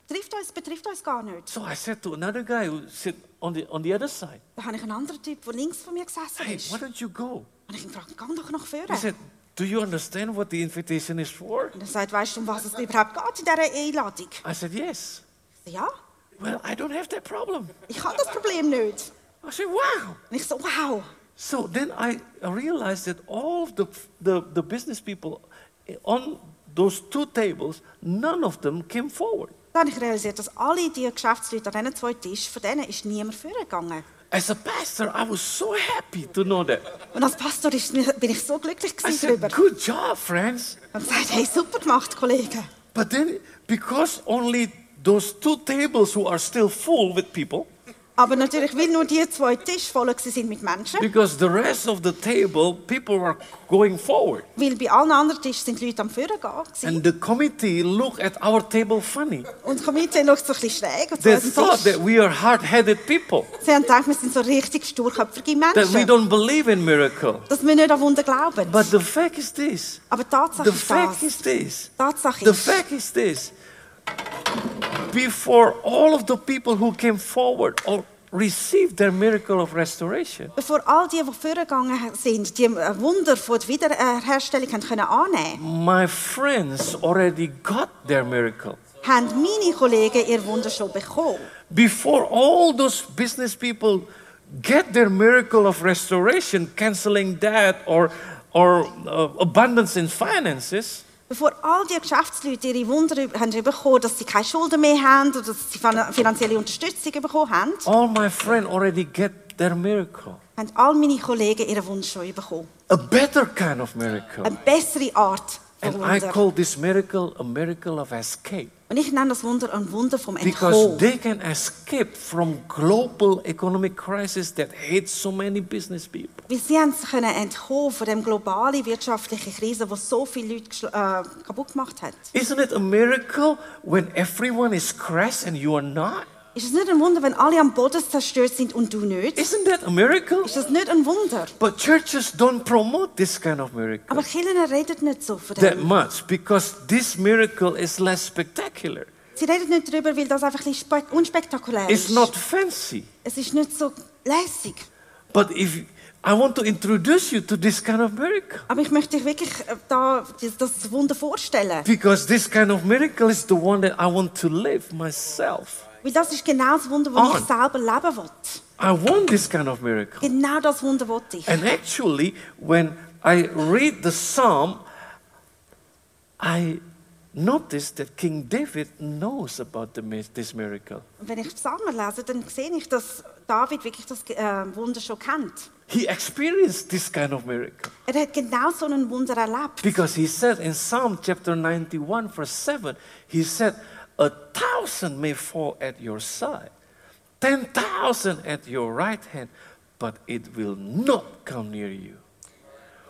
[SPEAKER 2] trifft uns, betrifft uns gar nicht.
[SPEAKER 1] So I said to another guy who sit on the, on the other side,
[SPEAKER 2] Da habe ich einen anderen Typ, der links von mir gesessen
[SPEAKER 1] hey,
[SPEAKER 2] ist.
[SPEAKER 1] why don't you go?
[SPEAKER 2] Und ich ihn gefragt, geh doch nach
[SPEAKER 1] He
[SPEAKER 2] vorne.
[SPEAKER 1] said, do you understand what the invitation is for?
[SPEAKER 2] Und er sagt, weißt du, um was es überhaupt geht in dieser Einladung?
[SPEAKER 1] I said, yes.
[SPEAKER 2] Ich so, Ja,
[SPEAKER 1] Well, I don't have that problem.
[SPEAKER 2] ich habe das Problem nicht.
[SPEAKER 1] I said, wow.
[SPEAKER 2] Und ich so, wow.
[SPEAKER 1] So then I realized that all of the, the, the business people eh, on those two tables, none of them came forward.
[SPEAKER 2] Dann habe ich realisiert, dass alle die Geschäftsleute an diesen zwei Tischen, von denen ist niemand vorgegangen.
[SPEAKER 1] As a pastor, I was so happy to know that.
[SPEAKER 2] Und als Pastor ist, mir- bin ich so glücklich
[SPEAKER 1] I
[SPEAKER 2] gewesen
[SPEAKER 1] said,
[SPEAKER 2] darüber.
[SPEAKER 1] good job, friends.
[SPEAKER 2] Und gesagt, hey, super gemacht, Kollege.
[SPEAKER 1] But then, because only those two tables who are still full with people,
[SPEAKER 2] Aber natürlich, weil nur die zwei Tische voll gewesen sind mit Menschen,
[SPEAKER 1] because the rest of the table, people are going forward.
[SPEAKER 2] weil bei allen anderen Tischen sind die Leute am Führen gegangen.
[SPEAKER 1] And the committee looked at our table funny.
[SPEAKER 2] Und die Community schaut so ein bisschen schräg und so
[SPEAKER 1] They
[SPEAKER 2] auf den
[SPEAKER 1] thought that
[SPEAKER 2] Tisch.
[SPEAKER 1] we are hard-headed people,
[SPEAKER 2] Sie haben gedacht, wir sind so richtig sturköpfige
[SPEAKER 1] that we
[SPEAKER 2] Menschen.
[SPEAKER 1] don't believe in miracle.
[SPEAKER 2] Dass wir nicht an Wunder glauben.
[SPEAKER 1] But the fact is this.
[SPEAKER 2] Aber die Tatsache
[SPEAKER 1] The
[SPEAKER 2] ist das.
[SPEAKER 1] fact is this.
[SPEAKER 2] Tatsache
[SPEAKER 1] The
[SPEAKER 2] ist-
[SPEAKER 1] fact is this. Before all of the people who came forward or received their miracle of restoration,
[SPEAKER 2] Bevor all die, die vorgegangen sind, die äh, Wunder von der Wiederherstellung haben können annehmen
[SPEAKER 1] my friends already got their miracle.
[SPEAKER 2] haben meine Kollegen ihr Wunder schon bekommen.
[SPEAKER 1] Before all those business people get their miracle of restoration, canceling debt or or uh, abundance in finances,
[SPEAKER 2] Bevor all die Geschäftsleute ihre Wunder üb- haben bekommen, dass sie keine Schulden mehr haben oder dass sie fin- finanzielle Unterstützung bekommen haben,
[SPEAKER 1] all my friends already get their miracle.
[SPEAKER 2] haben all meine Kollegen ihren Wunsch schon bekommen.
[SPEAKER 1] A better kind of miracle.
[SPEAKER 2] Eine bessere Art von
[SPEAKER 1] And I
[SPEAKER 2] Wunder.
[SPEAKER 1] call this miracle a miracle of escape
[SPEAKER 2] Und ich nenne das Wunder ein Wunder vom
[SPEAKER 1] because
[SPEAKER 2] Entkommen.
[SPEAKER 1] they can escape from global economic crisis that hits so many business people.
[SPEAKER 2] Weil sie haben sich können entkommen von dem globalen wirtschaftlichen Krise, die so viele Leute geschl- äh, kaputt gemacht hat.
[SPEAKER 1] Isn't it a miracle when everyone is crashed and you are not?
[SPEAKER 2] Ist es nicht ein Wunder, wenn alle am Boden zerstört sind und du nicht? Ist
[SPEAKER 1] Isn't that a miracle?
[SPEAKER 2] das nicht ein Wunder?
[SPEAKER 1] But churches don't promote this kind of miracle
[SPEAKER 2] Aber Kirchen reden nicht so von
[SPEAKER 1] that
[SPEAKER 2] dem.
[SPEAKER 1] much because this miracle is less spectacular.
[SPEAKER 2] Sie reden nicht darüber, weil das einfach ein bisschen spe- unspektakulär
[SPEAKER 1] It's
[SPEAKER 2] ist.
[SPEAKER 1] not fancy.
[SPEAKER 2] Es ist nicht so lässig.
[SPEAKER 1] But if I want to introduce you to this kind of miracle
[SPEAKER 2] Aber ich möchte euch wirklich äh, da, das, das Wunder vorstellen.
[SPEAKER 1] because this kind of miracle is the one that I want to live myself.
[SPEAKER 2] Weil das ist genau das Wunder,
[SPEAKER 1] On.
[SPEAKER 2] das ich selber leben will.
[SPEAKER 1] I want this kind of miracle.
[SPEAKER 2] Genau das Wunder will ich.
[SPEAKER 1] And actually, when I read the psalm, I notice that King David knows about the, mi- this miracle.
[SPEAKER 2] Und wenn ich Psalmen lese, dann sehe ich, dass David wirklich das äh, Wunder schon kennt.
[SPEAKER 1] He experienced this kind of miracle
[SPEAKER 2] Er hat genau so ein Wunder erlebt.
[SPEAKER 1] because he said in Psalm chapter 91, verse 7, he said, A thousand may fall at your side, 10,000 at your right hand, but it will not come near you.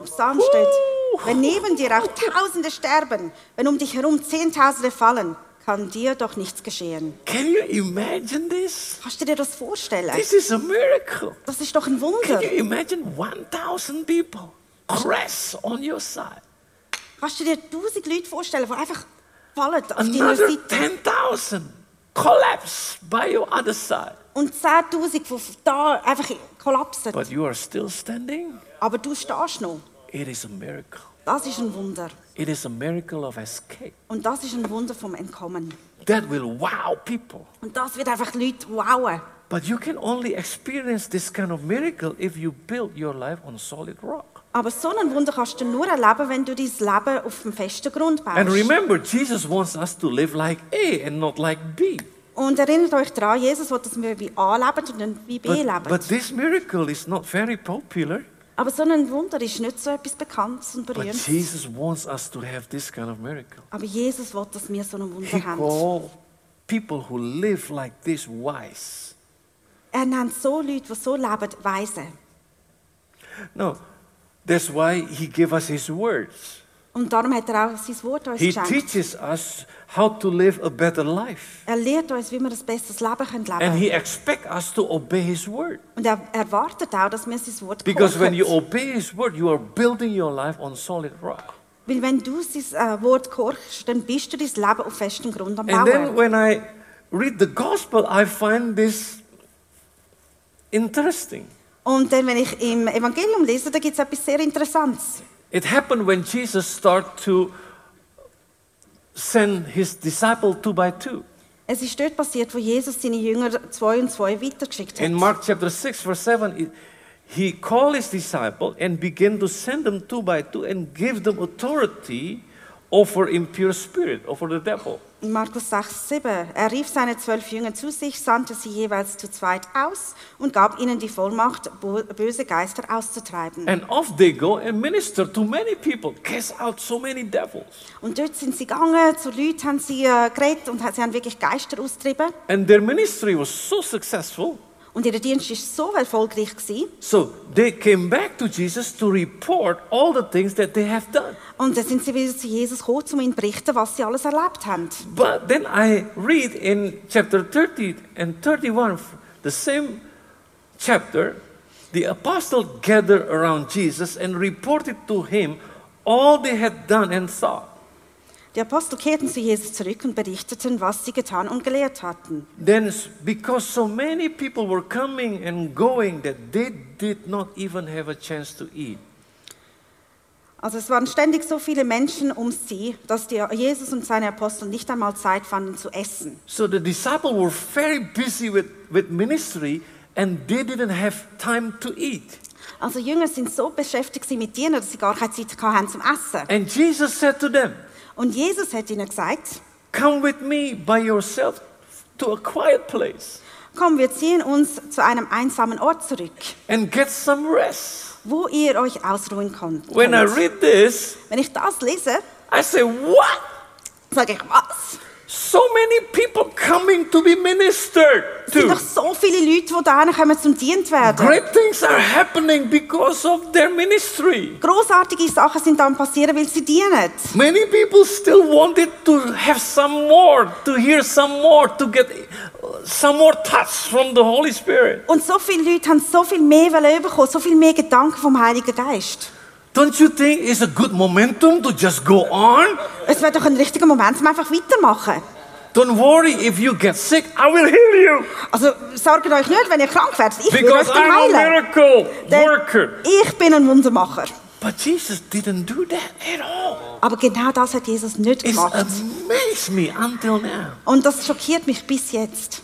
[SPEAKER 2] Im Psalm steht,
[SPEAKER 1] Uh.
[SPEAKER 2] wenn neben dir auch Tausende sterben, wenn um dich herum Zehntausende fallen, kann dir doch nichts geschehen.
[SPEAKER 1] Can you imagine this?
[SPEAKER 2] Kannst du dir das vorstellen?
[SPEAKER 1] This is a miracle.
[SPEAKER 2] Das ist doch ein Wunder.
[SPEAKER 1] Can you imagine 1,000 people crash on your side?
[SPEAKER 2] Kannst du dir tausend Leute vorstellen, die einfach fallen auf deiner
[SPEAKER 1] Another
[SPEAKER 2] Seite
[SPEAKER 1] 10,000 collapse by your other side.
[SPEAKER 2] und 10'000, die von da einfach kollapsen.
[SPEAKER 1] But you are still standing?
[SPEAKER 2] Aber du stehst noch.
[SPEAKER 1] It is a miracle.
[SPEAKER 2] Das ist ein Wunder.
[SPEAKER 1] It is a miracle of escape.
[SPEAKER 2] Und das ist ein Wunder vom Entkommen.
[SPEAKER 1] That will wow people.
[SPEAKER 2] Und das wird einfach Leute wowen.
[SPEAKER 1] But you can only experience this kind of miracle if you build your life on solid rock.
[SPEAKER 2] Aber so ein Wunder kannst du nur erleben, wenn du dein Leben auf dem festen Grund baust.
[SPEAKER 1] And remember, Jesus wants us to live like A and not like B.
[SPEAKER 2] Und erinnert euch daran, Jesus will, dass wir wie A leben und nicht wie B
[SPEAKER 1] But,
[SPEAKER 2] leben.
[SPEAKER 1] but this miracle is not very popular.
[SPEAKER 2] Aber so ein Wunder ist nicht so etwas Bekanntes und
[SPEAKER 1] But
[SPEAKER 2] Berühmtes.
[SPEAKER 1] Jesus wants us to have this kind of miracle.
[SPEAKER 2] Aber Jesus will, dass wir so ein Wunder
[SPEAKER 1] He
[SPEAKER 2] haben.
[SPEAKER 1] called people who live like this wise.
[SPEAKER 2] Er nennt so Leute, die so leben, Weise.
[SPEAKER 1] No, that's why he gave us his words.
[SPEAKER 2] Und darum hat er auch sein Wort uns
[SPEAKER 1] He
[SPEAKER 2] geschenkt.
[SPEAKER 1] teaches us how to live a better life.
[SPEAKER 2] Er lehrt uns, wie wir ein besseres Leben können leben
[SPEAKER 1] And he expects us to obey his word.
[SPEAKER 2] Und er erwartet auch, dass wir sein Wort
[SPEAKER 1] Because when you
[SPEAKER 2] gehorchen.
[SPEAKER 1] obey his word, you are building your life on solid rock.
[SPEAKER 2] Weil wenn du sein äh, Wort gehorchst, dann bist du dein Leben auf festem Grund am
[SPEAKER 1] And then
[SPEAKER 2] Bauen.
[SPEAKER 1] when I read the gospel, I find this interesting.
[SPEAKER 2] Und dann, wenn ich im Evangelium lese, da gibt es etwas sehr Interessantes.
[SPEAKER 1] It happened when Jesus started to send his disciple two by two.
[SPEAKER 2] Es ist dort passiert, wo Jesus seine Jünger zwei und zwei weitergeschickt hat.
[SPEAKER 1] In Mark chapter 6, verse 7, it- he called his disciple and began to send them two by two and give them authority over impure spirit, over the devil.
[SPEAKER 2] In Markus 6, 7. Er rief seine zwölf Jünger zu sich, sandte sie jeweils zu zweit aus und gab ihnen die Vollmacht, bo- böse Geister auszutreiben.
[SPEAKER 1] And off they go and minister to many people, cast out so many devils.
[SPEAKER 2] Und dort sind sie gegangen, zu Leuten haben sie äh, geredet und ha- sie haben wirklich Geister austrieben.
[SPEAKER 1] And their ministry was so successful,
[SPEAKER 2] Und ihr Dienst war so erfolgreich. Gewesen.
[SPEAKER 1] so they came back to Jesus to report all the things that they have done.
[SPEAKER 2] Und dann sind sie wieder zu Jesus gekommen, um ihm zu berichten, was sie alles erlebt haben.
[SPEAKER 1] But then I read in chapter 30 and 31, the same chapter, the apostle gathered around Jesus and reported to him all they had done and saw.
[SPEAKER 2] Die Apostel kehrten zu Jesus zurück und berichteten, was sie getan und gelehrt hatten.
[SPEAKER 1] Then, s- because so many people were coming and going that they did not even have a chance to eat.
[SPEAKER 2] Also es waren ständig so viele Menschen um sie, dass die Jesus und seine Apostel nicht einmal Zeit fanden zu essen.
[SPEAKER 1] So the disciples were very busy with, with ministry and they didn't have time to eat.
[SPEAKER 2] Also die Jünger sind so beschäftigt gewesen mit Dienern, dass sie gar keine Zeit hatten zum Essen.
[SPEAKER 1] And Jesus said to them,
[SPEAKER 2] Und Jesus hat ihnen gesagt,
[SPEAKER 1] Come with me by yourself to a quiet place
[SPEAKER 2] komm, wir ziehen uns zu einem einsamen Ort zurück,
[SPEAKER 1] and get some rest.
[SPEAKER 2] wo ihr euch ausruhen könnt.
[SPEAKER 1] When I read this,
[SPEAKER 2] Wenn ich das lese,
[SPEAKER 1] I say, What?
[SPEAKER 2] sage ich, was?
[SPEAKER 1] So many people coming to be ministered
[SPEAKER 2] Es sind
[SPEAKER 1] to.
[SPEAKER 2] doch so viele Leute, die da kommen zum Dient werden.
[SPEAKER 1] Great things are happening because of their ministry.
[SPEAKER 2] Großartige Sachen sind dann passieren, weil sie dienen.
[SPEAKER 1] Many people still wanted to have some more, to hear some more, to get uh, some more touch from the Holy Spirit.
[SPEAKER 2] Und so viele Leute haben so viel mehr wollen bekommen, so viel mehr Gedanken vom Heiligen Geist.
[SPEAKER 1] Don't you think it's a good momentum to just go on?
[SPEAKER 2] Es wäre doch ein richtiger Moment, um einfach weitermachen.
[SPEAKER 1] Don't worry if you get sick, I will heal you
[SPEAKER 2] Also sorgt euch nicht, wenn ihr krank werdet. Ich will euch
[SPEAKER 1] because
[SPEAKER 2] dann
[SPEAKER 1] I'm a
[SPEAKER 2] heilen.
[SPEAKER 1] miracle
[SPEAKER 2] Denn
[SPEAKER 1] worker.
[SPEAKER 2] ich bin ein Wundermacher.
[SPEAKER 1] But Jesus didn't do that at all.
[SPEAKER 2] Aber genau das hat Jesus nicht
[SPEAKER 1] It
[SPEAKER 2] gemacht.
[SPEAKER 1] amazed me until now
[SPEAKER 2] Und das schockiert mich bis jetzt.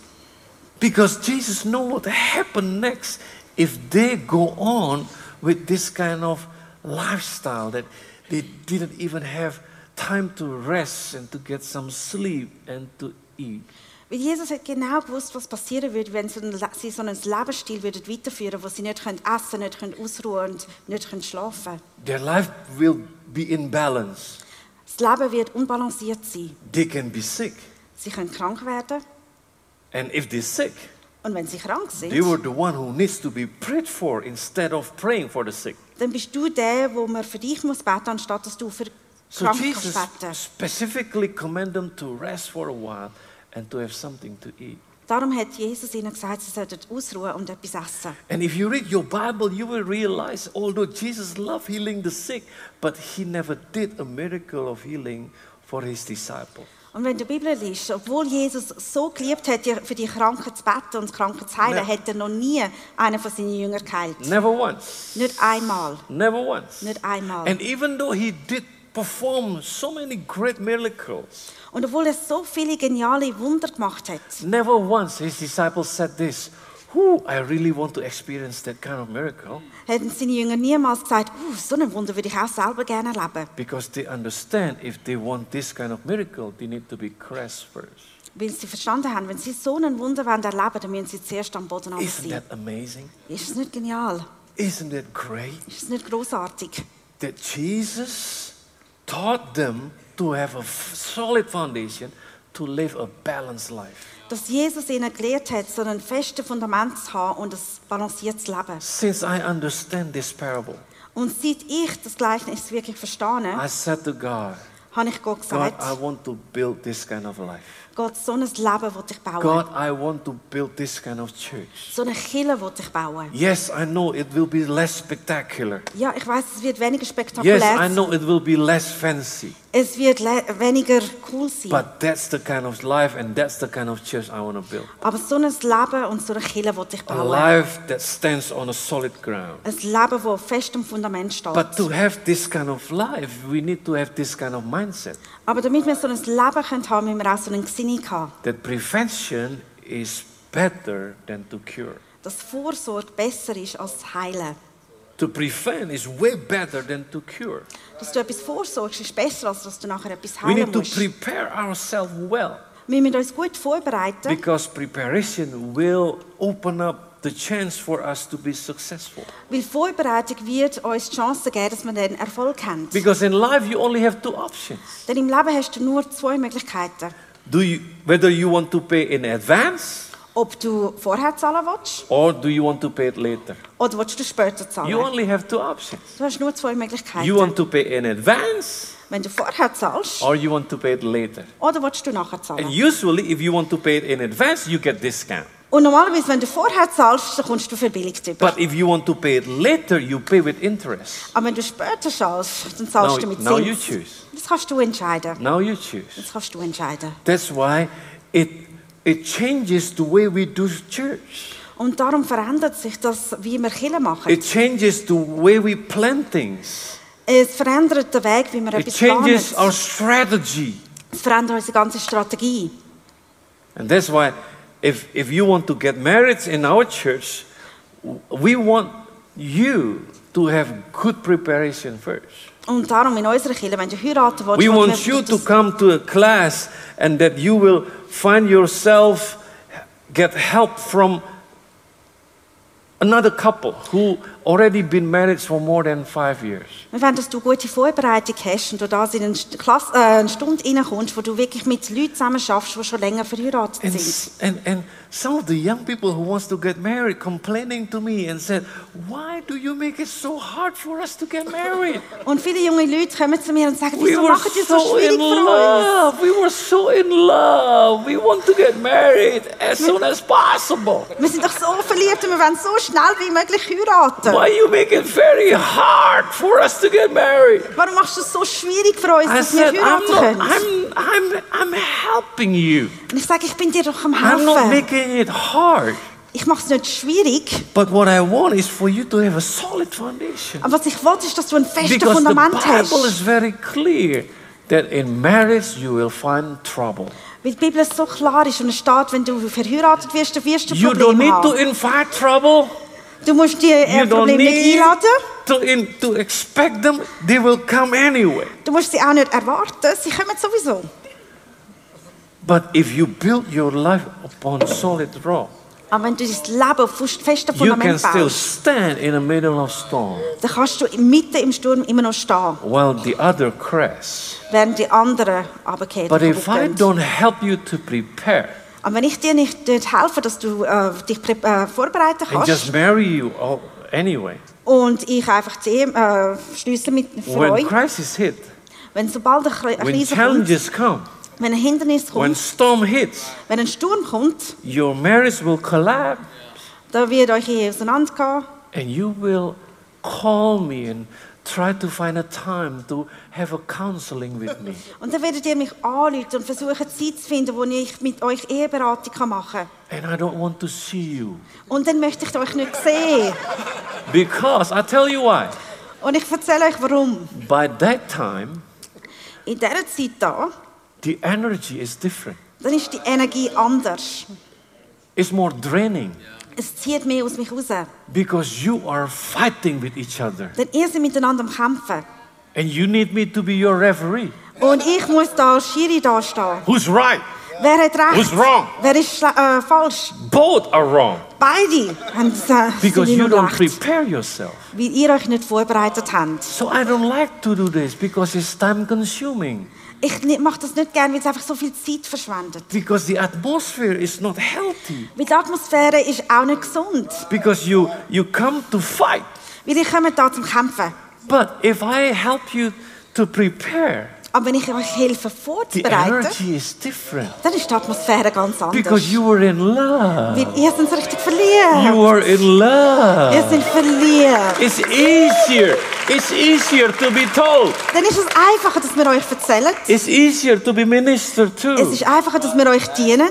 [SPEAKER 1] because Jesus know what happened next if they go on with this kind of lifestyle that they didn't even have time to rest and to get some sleep and to eat.
[SPEAKER 2] Weil Jesus hat genau gewusst, was passieren würde, wenn sie sie so einen Lebensstil würden weiterführen wo sie nicht können essen nicht können ausruhen und nicht können schlafen
[SPEAKER 1] Their life will be in balance.
[SPEAKER 2] Das Leben wird unbalanciert sein.
[SPEAKER 1] They can be sick.
[SPEAKER 2] Sie können krank werden.
[SPEAKER 1] And if they're sick,
[SPEAKER 2] Und wenn sie krank sind,
[SPEAKER 1] they were the one who needs to be prayed for instead of praying for the sick.
[SPEAKER 2] dann bist du der, wo man für dich muss beten, anstatt dass du für
[SPEAKER 1] So
[SPEAKER 2] krank
[SPEAKER 1] Jesus
[SPEAKER 2] kannst beten.
[SPEAKER 1] specifically commanded them to rest for a while and to have something to eat.
[SPEAKER 2] Darum hat Jesus ihnen gesagt, sie sollten ausruhen und etwas essen.
[SPEAKER 1] And if you read your Bible, you will realize although Jesus loved healing the sick, but he never did a miracle of healing for his disciples.
[SPEAKER 2] Und wenn du die Bibel liest, obwohl Jesus so geliebt hat, die- für die Kranken zu beten und die Kranken zu heilen,
[SPEAKER 1] Ne-
[SPEAKER 2] hat er noch nie einen von seinen Jüngern geheilt.
[SPEAKER 1] Never once.
[SPEAKER 2] Nicht einmal.
[SPEAKER 1] Never once.
[SPEAKER 2] Nicht einmal.
[SPEAKER 1] And even though he did perform so many great miracles,
[SPEAKER 2] Und obwohl er so viele geniale Wunder gemacht hat,
[SPEAKER 1] never once his disciples said this. Who I really want to experience that kind of miracle
[SPEAKER 2] hätten seine Jünger niemals gesagt, uh, so ein Wunder würde ich auch selber gerne erleben.
[SPEAKER 1] because they understand if they want this kind of miracle, they need to be crushed first.
[SPEAKER 2] Weil sie verstanden haben, wenn sie so ein Wunder wollen erleben dann müssen sie zuerst am Boden runter
[SPEAKER 1] Isn't
[SPEAKER 2] sein.
[SPEAKER 1] that amazing?
[SPEAKER 2] Ist es nicht genial?
[SPEAKER 1] Isn't that great?
[SPEAKER 2] Ist es nicht großartig?
[SPEAKER 1] that Jesus taught them to have a f- solid foundation to live a balanced life.
[SPEAKER 2] Dass Jesus ihnen gelehrt hat, so ein festes Fundament zu haben und ein balanciertes Leben.
[SPEAKER 1] Since I understand this parable,
[SPEAKER 2] Und seit ich das Gleichnis wirklich verstehe,
[SPEAKER 1] I said to God,
[SPEAKER 2] habe ich Gott
[SPEAKER 1] God,
[SPEAKER 2] gesagt,
[SPEAKER 1] I want to build this kind of life.
[SPEAKER 2] Gott, so ein Leben will ich bauen.
[SPEAKER 1] God, I want to build this kind of church.
[SPEAKER 2] So eine Kirche will ich bauen.
[SPEAKER 1] Yes, I know it will be less spectacular.
[SPEAKER 2] Ja, ich weiß, es wird weniger spektakulär
[SPEAKER 1] Yes, I
[SPEAKER 2] sein.
[SPEAKER 1] know it will be less fancy.
[SPEAKER 2] Es wird le- weniger cool sein.
[SPEAKER 1] But that's the kind of life and that's the kind of church I want to build.
[SPEAKER 2] aber so ein Leben und so eine Kirche will ich
[SPEAKER 1] A
[SPEAKER 2] bauen.
[SPEAKER 1] life that stands on a solid ground.
[SPEAKER 2] Ein Leben, das auf festem Fundament steht.
[SPEAKER 1] But to have this kind of life, we need to have this kind of mindset
[SPEAKER 2] Aber damit wir so ein Leben können haben müssen wir auch so einen Gesinnung haben.
[SPEAKER 1] that prevention is better than to cure.
[SPEAKER 2] Dass Vorsorge besser ist als Heilen.
[SPEAKER 1] To prevent is way better than to cure.
[SPEAKER 2] Dass du etwas vorsorgst, ist besser, als dass du nachher etwas
[SPEAKER 1] We
[SPEAKER 2] heilen
[SPEAKER 1] need to
[SPEAKER 2] musst.
[SPEAKER 1] prepare ourselves well
[SPEAKER 2] Wir müssen uns gut vorbereiten,
[SPEAKER 1] because preparation will open up the chance for us to be successful.
[SPEAKER 2] weil Vorbereitung wird uns die Chance geben, dass wir dann Erfolg haben.
[SPEAKER 1] Because in life you only have two options.
[SPEAKER 2] Denn im Leben hast du nur zwei Möglichkeiten.
[SPEAKER 1] Do you whether you want to pay in advance
[SPEAKER 2] Ob du vorher zahlen willst
[SPEAKER 1] or do you want to pay it later?
[SPEAKER 2] oder willst du später zahlen.
[SPEAKER 1] You only have two options.
[SPEAKER 2] Du hast nur zwei Möglichkeiten.
[SPEAKER 1] You want to pay in advance
[SPEAKER 2] Wenn du vorher zahlst
[SPEAKER 1] or you want to pay it later.
[SPEAKER 2] oder willst du nachher
[SPEAKER 1] Oh. And
[SPEAKER 2] zahlen.
[SPEAKER 1] usually, if you want to pay it in advance, you get discount.
[SPEAKER 2] Und normalerweise, wenn du vorher zahlst, dann kommst du verbilligt über.
[SPEAKER 1] But if you want to pay it later, you pay with interest.
[SPEAKER 2] Aber wenn du später zahlst, dann zahlst
[SPEAKER 1] Now,
[SPEAKER 2] du mit
[SPEAKER 1] now you
[SPEAKER 2] Zins.
[SPEAKER 1] choose.
[SPEAKER 2] Das kannst du entscheiden.
[SPEAKER 1] Now you choose.
[SPEAKER 2] Das kannst du entscheiden.
[SPEAKER 1] That's why it it changes the way we do church.
[SPEAKER 2] Und darum verändert sich das, wie wir Kirche machen.
[SPEAKER 1] It changes the way we plan things.
[SPEAKER 2] Es verändert den Weg, wie wir
[SPEAKER 1] It
[SPEAKER 2] etwas
[SPEAKER 1] changes our
[SPEAKER 2] planen.
[SPEAKER 1] strategy.
[SPEAKER 2] Es verändert unsere ganze Strategie.
[SPEAKER 1] And that's why If, if you want to get married in our church, we want you to have good preparation first.
[SPEAKER 2] Und darum in unserer Kirche, wenn du heiraten willst,
[SPEAKER 1] We
[SPEAKER 2] wollen
[SPEAKER 1] want
[SPEAKER 2] wir
[SPEAKER 1] you to
[SPEAKER 2] das-
[SPEAKER 1] come to a class and that you will find yourself get help from another couple who already been married for more than five years.
[SPEAKER 2] wir wollen, dass du gute Vorbereitung hast und du das in eine, St- Klasse, äh, eine Stunde reinkommst, wo du wirklich mit Leuten zusammen schaffst, die schon länger verheiratet
[SPEAKER 1] And,
[SPEAKER 2] sind.
[SPEAKER 1] s- and, and some of the young people who wants to get married complaining to me and said, why do you make it so hard for us to get married?
[SPEAKER 2] Und viele junge Leute kommen zu mir und sagen,
[SPEAKER 1] We
[SPEAKER 2] wieso
[SPEAKER 1] were
[SPEAKER 2] machen die so
[SPEAKER 1] so
[SPEAKER 2] schwierig
[SPEAKER 1] in
[SPEAKER 2] für uns?
[SPEAKER 1] love. We were so in love. We want to get married as soon as possible.
[SPEAKER 2] Wir sind doch so verliebt und wir wollen so schnell wie möglich heiraten.
[SPEAKER 1] Why you make it very hard for us to get married?
[SPEAKER 2] Warum machst du es so schwierig für uns,
[SPEAKER 1] I
[SPEAKER 2] dass wir
[SPEAKER 1] said, I'm,
[SPEAKER 2] heiraten
[SPEAKER 1] not,
[SPEAKER 2] können?
[SPEAKER 1] I'm, I'm, I'm helping you.
[SPEAKER 2] und ich sage, ich bin dir doch am
[SPEAKER 1] I'm not
[SPEAKER 2] Helfen.
[SPEAKER 1] making it hard.
[SPEAKER 2] Ich mache es nicht schwierig,
[SPEAKER 1] But what I want is for you to have a solid foundation.
[SPEAKER 2] aber was ich will, ist, dass du ein festes
[SPEAKER 1] Because the
[SPEAKER 2] Fundament hast.
[SPEAKER 1] Bible is very clear that in marriage you will find trouble.
[SPEAKER 2] Weil die Bibel so klar ist und es steht, wenn du verheiratet wirst, dann wirst du
[SPEAKER 1] You don't
[SPEAKER 2] Probleme
[SPEAKER 1] need to
[SPEAKER 2] haben.
[SPEAKER 1] invite trouble.
[SPEAKER 2] Du musst die äh,
[SPEAKER 1] You don't
[SPEAKER 2] Probleme
[SPEAKER 1] need
[SPEAKER 2] nicht einladen.
[SPEAKER 1] to, in, to expect them. They will come anyway.
[SPEAKER 2] Du musst sie auch nicht erwarten. Sie kommen sowieso.
[SPEAKER 1] But if you build your life upon solid rock,
[SPEAKER 2] Aber wenn du dein Leben auf fest- festem
[SPEAKER 1] you can
[SPEAKER 2] Fundament
[SPEAKER 1] still
[SPEAKER 2] baust,
[SPEAKER 1] stand in the middle of storm
[SPEAKER 2] dann kannst du mitten im Sturm immer noch stehen,
[SPEAKER 1] while the other crashes.
[SPEAKER 2] während die anderen runtergehen.
[SPEAKER 1] But if I
[SPEAKER 2] kaputt gehen.
[SPEAKER 1] don't help you to prepare
[SPEAKER 2] Aber wenn ich dir nicht, nicht helfe, dass du äh, dich prä- äh, vorbereiten
[SPEAKER 1] and just
[SPEAKER 2] kannst
[SPEAKER 1] marry you all, anyway,
[SPEAKER 2] und ich einfach die Ehe, äh, schliesse mit
[SPEAKER 1] when
[SPEAKER 2] Freude,
[SPEAKER 1] crisis hit,
[SPEAKER 2] wenn sobald eine Kri- eine
[SPEAKER 1] when
[SPEAKER 2] Krise kommt,
[SPEAKER 1] challenges come,
[SPEAKER 2] wenn ein Hindernis
[SPEAKER 1] when
[SPEAKER 2] kommt,
[SPEAKER 1] storm hits,
[SPEAKER 2] wenn ein Sturm kommt,
[SPEAKER 1] your marriage will collapse
[SPEAKER 2] dann wird euch Ehe auseinandergehen.
[SPEAKER 1] and you will call me and try to find a time to have a counseling with me.
[SPEAKER 2] Und dann werdet ihr mich anrufen und versuchen, Zeit zu finden, wo ich mit euch Eheberatung machen kann.
[SPEAKER 1] And I don't want to see you
[SPEAKER 2] Und dann möchte ich euch nicht sehen.
[SPEAKER 1] because I tell you why.
[SPEAKER 2] Und ich erzähle euch, warum.
[SPEAKER 1] By that time,
[SPEAKER 2] In dieser Zeit da,
[SPEAKER 1] the energy is different.
[SPEAKER 2] dann ist die Energie anders.
[SPEAKER 1] It's more draining
[SPEAKER 2] Es zieht mehr aus mich raus. Denn
[SPEAKER 1] because you are fighting with each other.
[SPEAKER 2] ihr seid miteinander am Kämpfen.
[SPEAKER 1] And you need me to be your referee.
[SPEAKER 2] Und ich muss da als Schiri da stehen.
[SPEAKER 1] Who's right?
[SPEAKER 2] Wer hat recht?
[SPEAKER 1] Who's wrong?
[SPEAKER 2] Wer ist schla- äh, falsch?
[SPEAKER 1] Both are wrong
[SPEAKER 2] Beide haben äh,
[SPEAKER 1] because
[SPEAKER 2] sind
[SPEAKER 1] you
[SPEAKER 2] nicht
[SPEAKER 1] don't
[SPEAKER 2] recht,
[SPEAKER 1] prepare yourself.
[SPEAKER 2] weil ihr euch nicht vorbereitet habt.
[SPEAKER 1] So I don't like to do this because it's time consuming,
[SPEAKER 2] Ich ni- mache das nicht gerne, weil es einfach so viel Zeit verschwendet.
[SPEAKER 1] because the atmosphere is not healthy,
[SPEAKER 2] Weil die Atmosphäre ist auch nicht gesund.
[SPEAKER 1] because you, you come to fight.
[SPEAKER 2] Weil ich komme da zum Kämpfen.
[SPEAKER 1] But if I help you to prepare,
[SPEAKER 2] Aber wenn ich euch helfe
[SPEAKER 1] the
[SPEAKER 2] vorzubereiten,
[SPEAKER 1] energy is different
[SPEAKER 2] dann ist die Atmosphäre ganz
[SPEAKER 1] because
[SPEAKER 2] anders.
[SPEAKER 1] you were in love.
[SPEAKER 2] Weil ihr seid so richtig
[SPEAKER 1] You
[SPEAKER 2] verliebt.
[SPEAKER 1] are in
[SPEAKER 2] Ihr
[SPEAKER 1] love.
[SPEAKER 2] seid verliebt.
[SPEAKER 1] It's easier. It's easier to be told.
[SPEAKER 2] Dann ist es einfacher, dass wir euch erzählen.
[SPEAKER 1] It's easier to be ministered
[SPEAKER 2] Es
[SPEAKER 1] to
[SPEAKER 2] ist einfacher, dass wir euch dienen,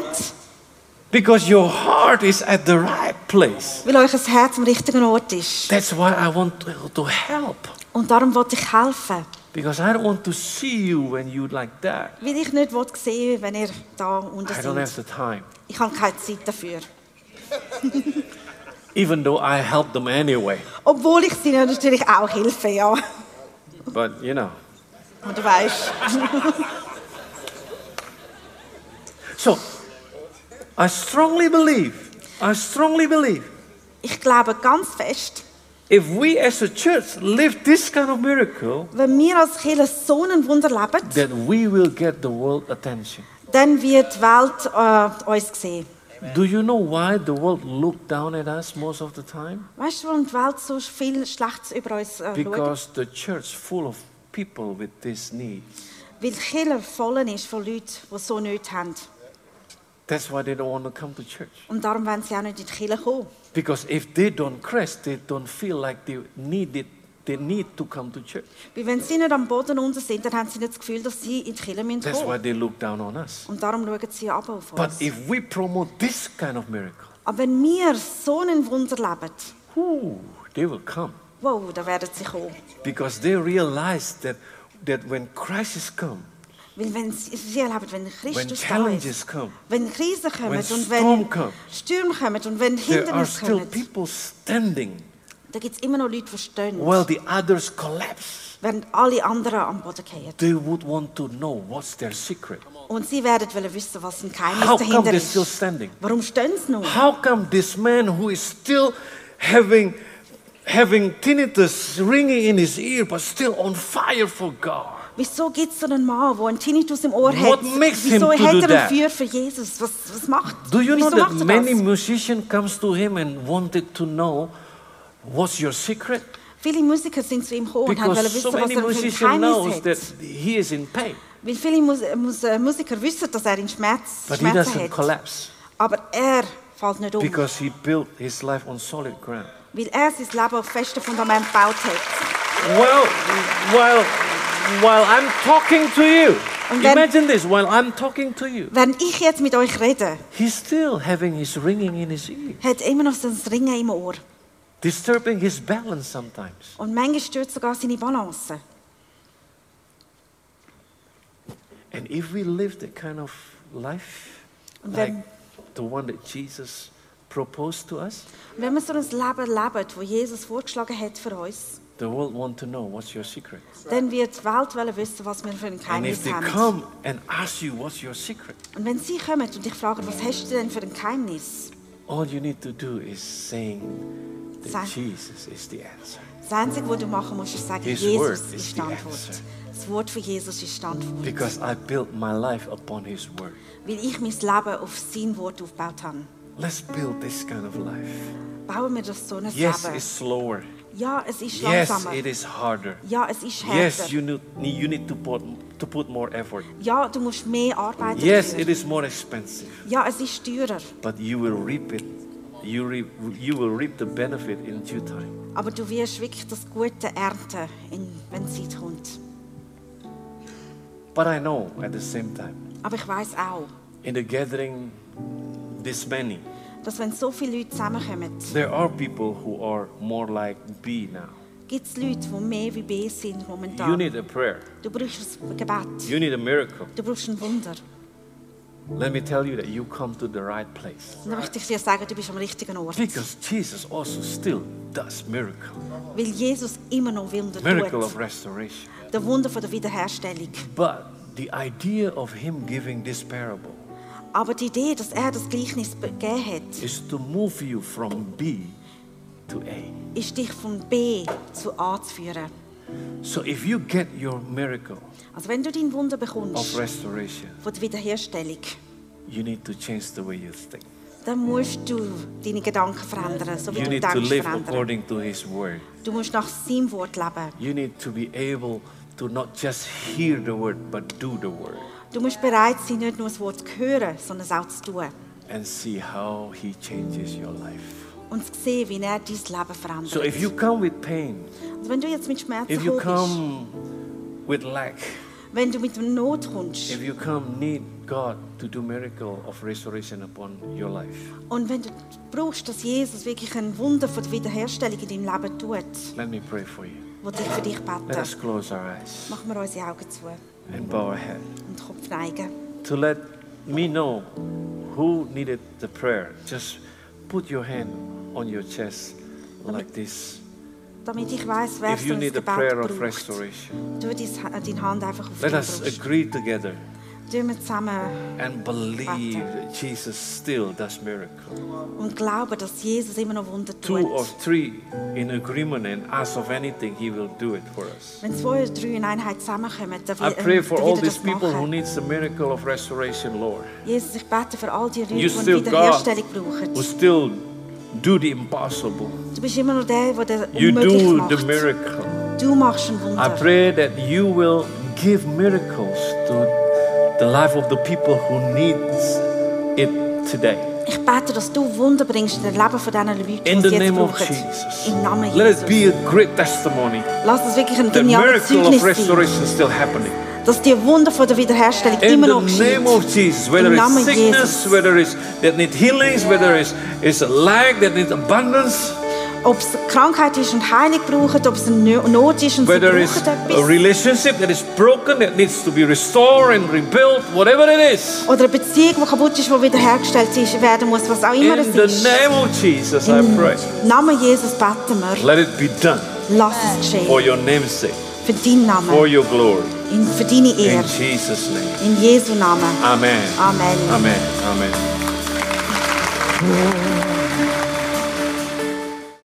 [SPEAKER 1] because your heart is at the right place.
[SPEAKER 2] weil euch das Herz am richtigen Ort ist.
[SPEAKER 1] That's why I want to to help
[SPEAKER 2] Und darum wollte ich helfen.
[SPEAKER 1] because I don't want to see you when you like that.
[SPEAKER 2] Weil ich nicht will sehen wenn ihr da unten
[SPEAKER 1] I don't have
[SPEAKER 2] seid.
[SPEAKER 1] the time.
[SPEAKER 2] Ich habe keine Zeit dafür.
[SPEAKER 1] Even though I help them anyway.
[SPEAKER 2] Obwohl ich sie natürlich auch helfe, ja. Und
[SPEAKER 1] But you know.
[SPEAKER 2] du weißt.
[SPEAKER 1] So I strongly believe, I strongly believe
[SPEAKER 2] Ich glaube ganz fest,
[SPEAKER 1] if we as a church live this kind of miracle,
[SPEAKER 2] Wenn wir als Kirche so ein Wunder leben,
[SPEAKER 1] that we will get the world attention.
[SPEAKER 2] dann wird die Welt äh, uns sehen.
[SPEAKER 1] Do you know why the world look down at us most of the time?
[SPEAKER 2] Weißt du, warum die Welt so viel Schlechtes über uns äh, schaut?
[SPEAKER 1] Because the church full of people with this need.
[SPEAKER 2] Weil die Kirche voll ist von Leuten, die so nichts haben.
[SPEAKER 1] That's why they don't want to come to church.
[SPEAKER 2] Und darum wollen sie auch nicht in die Kirche kommen.
[SPEAKER 1] Because if they don't crash, they don't feel like they need it. They need to come to church.
[SPEAKER 2] Weil wenn sie nicht am Boden unten sind, dann haben sie nicht das Gefühl, dass sie in die Kirche kommen
[SPEAKER 1] That's why
[SPEAKER 2] müssen.
[SPEAKER 1] they look down on us.
[SPEAKER 2] Und darum schauen sie ab auf
[SPEAKER 1] But
[SPEAKER 2] uns.
[SPEAKER 1] if we promote this kind of miracle,
[SPEAKER 2] Aber wenn wir so ein Wunder leben,
[SPEAKER 1] whoo, they will come.
[SPEAKER 2] wow, dann werden sie kommen.
[SPEAKER 1] Because they realize that, that when crisis come,
[SPEAKER 2] Weil wenn sie sie haben, wenn
[SPEAKER 1] When
[SPEAKER 2] Christus da ist,
[SPEAKER 1] challenges come,
[SPEAKER 2] wenn Krisen kommen
[SPEAKER 1] When
[SPEAKER 2] und
[SPEAKER 1] storm
[SPEAKER 2] wenn
[SPEAKER 1] come,
[SPEAKER 2] Stürme kommen und wenn
[SPEAKER 1] there are
[SPEAKER 2] Hindernisse
[SPEAKER 1] still
[SPEAKER 2] kommen,
[SPEAKER 1] people standing
[SPEAKER 2] da gibt es immer noch Leute, die stehen,
[SPEAKER 1] while the others collapse.
[SPEAKER 2] während alle anderen am Boden fallen.
[SPEAKER 1] They would want to know what's their secret.
[SPEAKER 2] Und sie werden wollen wissen, was ein Geheimnis
[SPEAKER 1] How come
[SPEAKER 2] dahinter
[SPEAKER 1] they're
[SPEAKER 2] ist.
[SPEAKER 1] still standing?
[SPEAKER 2] Warum stehen sie noch?
[SPEAKER 1] How come this man who is still having having tinnitus ringing in his ear but still on fire for God?
[SPEAKER 2] Wieso gibt es so einen Mann, der einen Tinnitus im Ohr
[SPEAKER 1] What
[SPEAKER 2] hat?
[SPEAKER 1] makes him
[SPEAKER 2] Wieso
[SPEAKER 1] to do
[SPEAKER 2] hat er
[SPEAKER 1] that?
[SPEAKER 2] ein Feuer für Jesus? Was, was macht
[SPEAKER 1] Do you know
[SPEAKER 2] Wieso
[SPEAKER 1] that
[SPEAKER 2] macht er
[SPEAKER 1] many
[SPEAKER 2] das?
[SPEAKER 1] musicians comes to him and wanted to know what's your secret?
[SPEAKER 2] Viele Musiker sind zu ihm
[SPEAKER 1] Oh,
[SPEAKER 2] gekommen und haben wollen
[SPEAKER 1] Because
[SPEAKER 2] wissen,
[SPEAKER 1] so
[SPEAKER 2] was
[SPEAKER 1] many
[SPEAKER 2] er für ein
[SPEAKER 1] musicians knows that
[SPEAKER 2] Geheimnis hat.
[SPEAKER 1] he is in pain,
[SPEAKER 2] Weil viele Mus Mus äh, Musiker wissen, dass er in Schmerz,
[SPEAKER 1] but he doesn't
[SPEAKER 2] Schmerzen hat.
[SPEAKER 1] collapse
[SPEAKER 2] Aber er fällt nicht um,
[SPEAKER 1] because he built his life on solid ground.
[SPEAKER 2] weil er sein Leben auf festem Fundament gebaut hat.
[SPEAKER 1] Well, while while I'm talking to you,
[SPEAKER 2] And then-
[SPEAKER 1] imagine this. While I'm talking to you,
[SPEAKER 2] Während ich jetzt mit euch rede,
[SPEAKER 1] He's still having his ringing in his ear,
[SPEAKER 2] hat er immer noch so ein Ringen im Ohr.
[SPEAKER 1] disturbing his balance sometimes.
[SPEAKER 2] Und manchmal stört sogar seine Balance.
[SPEAKER 1] And if we live that kind of life,
[SPEAKER 2] Und
[SPEAKER 1] like
[SPEAKER 2] wenn-
[SPEAKER 1] the one that Jesus proposed to us,
[SPEAKER 2] Wenn wir so ein Leben leben, das Jesus vorgeschlagen hat für uns,
[SPEAKER 1] the world want to know what's your secret.
[SPEAKER 2] dann wird die Welt wollen wissen, was wir für ein
[SPEAKER 1] And if
[SPEAKER 2] Geheimnis
[SPEAKER 1] they
[SPEAKER 2] haben.
[SPEAKER 1] come and ask you what's your secret,
[SPEAKER 2] Und wenn sie kommen und ich frage, was hast du denn für ein Geheimnis?
[SPEAKER 1] all you need to do is saying that
[SPEAKER 2] Sa-
[SPEAKER 1] Jesus is the answer.
[SPEAKER 2] Das Einzige, was du machen musst, ist sagen,
[SPEAKER 1] His word is
[SPEAKER 2] Jesus ist
[SPEAKER 1] the
[SPEAKER 2] die Antwort.
[SPEAKER 1] answer.
[SPEAKER 2] Das Wort von Jesus ist die Antwort.
[SPEAKER 1] Because I built my life upon his word.
[SPEAKER 2] Weil ich mein Leben auf sein Wort aufgebaut habe.
[SPEAKER 1] Let's build this kind of life.
[SPEAKER 2] Bauen wir das so ein
[SPEAKER 1] Yes,
[SPEAKER 2] Leben.
[SPEAKER 1] it's slower.
[SPEAKER 2] ja, es ist
[SPEAKER 1] Yes,
[SPEAKER 2] langsamer.
[SPEAKER 1] it is harder.
[SPEAKER 2] ja, es ist härter.
[SPEAKER 1] Yes, you need, you need to, put, to put more effort.
[SPEAKER 2] ja, du musst mehr arbeiten.
[SPEAKER 1] Yes,
[SPEAKER 2] dafür.
[SPEAKER 1] it is more expensive,
[SPEAKER 2] ja, es ist teurer.
[SPEAKER 1] but you will reap it. You, reap, you will reap the benefit in due time.
[SPEAKER 2] Aber du wirst wirklich das Gute ernten, in- wenn die Zeit kommt.
[SPEAKER 1] But I know at the same time,
[SPEAKER 2] Aber ich weiß auch,
[SPEAKER 1] in the gathering this many,
[SPEAKER 2] dass wenn so viele Leute zusammenkommen,
[SPEAKER 1] there are people who are more like B now.
[SPEAKER 2] gibt es Leute, die mehr wie B sind
[SPEAKER 1] You
[SPEAKER 2] momentan.
[SPEAKER 1] need a prayer,
[SPEAKER 2] du brauchst ein Gebet.
[SPEAKER 1] you need a miracle.
[SPEAKER 2] Du brauchst ein Wunder.
[SPEAKER 1] Let me tell you that you come to the right place.
[SPEAKER 2] Und dann möchte ich dir sagen, du bist am richtigen Ort.
[SPEAKER 1] Because Jesus also still does miracle.
[SPEAKER 2] Weil Jesus immer noch Wunder
[SPEAKER 1] Miracle of
[SPEAKER 2] tut.
[SPEAKER 1] restoration.
[SPEAKER 2] Der Wunder von der Wiederherstellung.
[SPEAKER 1] But the idea of him giving this parable
[SPEAKER 2] Aber die Idee, dass er das Gleichnis be- gegeben hat,
[SPEAKER 1] is to move you from B to A.
[SPEAKER 2] ist dich von B zu A zu führen.
[SPEAKER 1] So if you get your miracle
[SPEAKER 2] Also wenn du dein Wunder bekommst,
[SPEAKER 1] of restoration,
[SPEAKER 2] von der Wiederherstellung,
[SPEAKER 1] you need to change the way you think.
[SPEAKER 2] dann musst du deine Gedanken verändern, so wie
[SPEAKER 1] You
[SPEAKER 2] du
[SPEAKER 1] need to
[SPEAKER 2] denkst
[SPEAKER 1] live
[SPEAKER 2] verändern.
[SPEAKER 1] according to his word.
[SPEAKER 2] Du musst nach seinem Wort leben.
[SPEAKER 1] You need to be able to not just hear the word, but do the word
[SPEAKER 2] Du musst bereit sein, nicht nur das Wort zu hören, sondern es auch zu tun.
[SPEAKER 1] and see how he changes your life.
[SPEAKER 2] Und zu sehen, wie er dein Leben verändert.
[SPEAKER 1] So if you come with pain,
[SPEAKER 2] also wenn du jetzt mit Schmerzen
[SPEAKER 1] if you
[SPEAKER 2] kommst,
[SPEAKER 1] come with lack,
[SPEAKER 2] wenn du mit Not kommst
[SPEAKER 1] if you come need God to do miracle of restoration upon your life,
[SPEAKER 2] und wenn du brauchst, dass Jesus wirklich ein Wunder von der Wiederherstellung in deinem Leben tut,
[SPEAKER 1] let me pray for you.
[SPEAKER 2] wo ich für dich
[SPEAKER 1] Let us
[SPEAKER 2] bete,
[SPEAKER 1] close our eyes
[SPEAKER 2] machen wir unsere Augen zu und
[SPEAKER 1] and bow our head.
[SPEAKER 2] den Kopf neigen.
[SPEAKER 1] to let me know who needed the prayer, just put your hand on your chest like this.
[SPEAKER 2] Damit ich weiß, wer
[SPEAKER 1] If
[SPEAKER 2] so
[SPEAKER 1] you
[SPEAKER 2] ein
[SPEAKER 1] need
[SPEAKER 2] Gebet
[SPEAKER 1] a prayer of
[SPEAKER 2] braucht,
[SPEAKER 1] restoration,
[SPEAKER 2] tu dein- äh, deine Hand einfach auf
[SPEAKER 1] let
[SPEAKER 2] deine
[SPEAKER 1] us
[SPEAKER 2] Brust.
[SPEAKER 1] agree together
[SPEAKER 2] Tun wir zusammen
[SPEAKER 1] and believe that Jesus still does miracles.
[SPEAKER 2] und glauben, dass Jesus immer noch Wunder
[SPEAKER 1] Two or
[SPEAKER 2] tut.
[SPEAKER 1] three in agreement and ask of anything, He will do it for us.
[SPEAKER 2] Wenn zwei oder drei in Einheit zusammenkommen, dann
[SPEAKER 1] I
[SPEAKER 2] wird
[SPEAKER 1] pray for all
[SPEAKER 2] er
[SPEAKER 1] these
[SPEAKER 2] das
[SPEAKER 1] people who
[SPEAKER 2] machen.
[SPEAKER 1] needs the miracle of restoration, Lord.
[SPEAKER 2] Jesus, ich bete für all die Leute,
[SPEAKER 1] You
[SPEAKER 2] die
[SPEAKER 1] still
[SPEAKER 2] eine
[SPEAKER 1] God
[SPEAKER 2] Wiederherstellung
[SPEAKER 1] who
[SPEAKER 2] brauchen.
[SPEAKER 1] still do the impossible.
[SPEAKER 2] Du bist immer noch der, der das
[SPEAKER 1] You
[SPEAKER 2] unmöglich
[SPEAKER 1] do the
[SPEAKER 2] macht.
[SPEAKER 1] miracle.
[SPEAKER 2] Du machst ein
[SPEAKER 1] I
[SPEAKER 2] Wunder.
[SPEAKER 1] pray that you will give miracles to the life of the people who needs it today.
[SPEAKER 2] Ich bete, dass du Wunder bringst in das Leben von diesen Leuten,
[SPEAKER 1] In
[SPEAKER 2] die
[SPEAKER 1] the
[SPEAKER 2] es jetzt
[SPEAKER 1] name of
[SPEAKER 2] brauchen.
[SPEAKER 1] Jesus.
[SPEAKER 2] Im Namen
[SPEAKER 1] Let it be
[SPEAKER 2] Jesus.
[SPEAKER 1] a great testimony.
[SPEAKER 2] Lass es wirklich ein
[SPEAKER 1] The
[SPEAKER 2] geniales
[SPEAKER 1] miracle of
[SPEAKER 2] Zeugnis sein,
[SPEAKER 1] restoration is still happening.
[SPEAKER 2] dass die Wunder von der Wiederherstellung
[SPEAKER 1] In
[SPEAKER 2] immer
[SPEAKER 1] the
[SPEAKER 2] noch geschieht.
[SPEAKER 1] name of Jesus, whether
[SPEAKER 2] Im
[SPEAKER 1] it's
[SPEAKER 2] Namen
[SPEAKER 1] sickness,
[SPEAKER 2] Jesus.
[SPEAKER 1] whether it's that need healings, whether it's it's a lack that needs abundance,
[SPEAKER 2] ob es Krankheit ist und Heilung braucht, ob es eine No- Not ist und sie
[SPEAKER 1] Whether
[SPEAKER 2] brauchen
[SPEAKER 1] it's a
[SPEAKER 2] etwas.
[SPEAKER 1] relationship that is broken, that needs to be restored and rebuilt, whatever it is.
[SPEAKER 2] Oder eine Beziehung, die kaputt ist, die wiederhergestellt ist- werden muss, was auch immer
[SPEAKER 1] In
[SPEAKER 2] es
[SPEAKER 1] the
[SPEAKER 2] ist.
[SPEAKER 1] name of Jesus, I pray.
[SPEAKER 2] Im Namen Jesus beten wir.
[SPEAKER 1] Let it be done
[SPEAKER 2] Lass es geschehen.
[SPEAKER 1] for your name's sake,
[SPEAKER 2] Für deinen
[SPEAKER 1] for
[SPEAKER 2] Namen.
[SPEAKER 1] your glory.
[SPEAKER 2] In, für deine
[SPEAKER 1] In
[SPEAKER 2] Ehre.
[SPEAKER 1] Jesus' name.
[SPEAKER 2] In Jesu Namen.
[SPEAKER 1] Amen.
[SPEAKER 2] Amen.
[SPEAKER 1] Amen. Amen.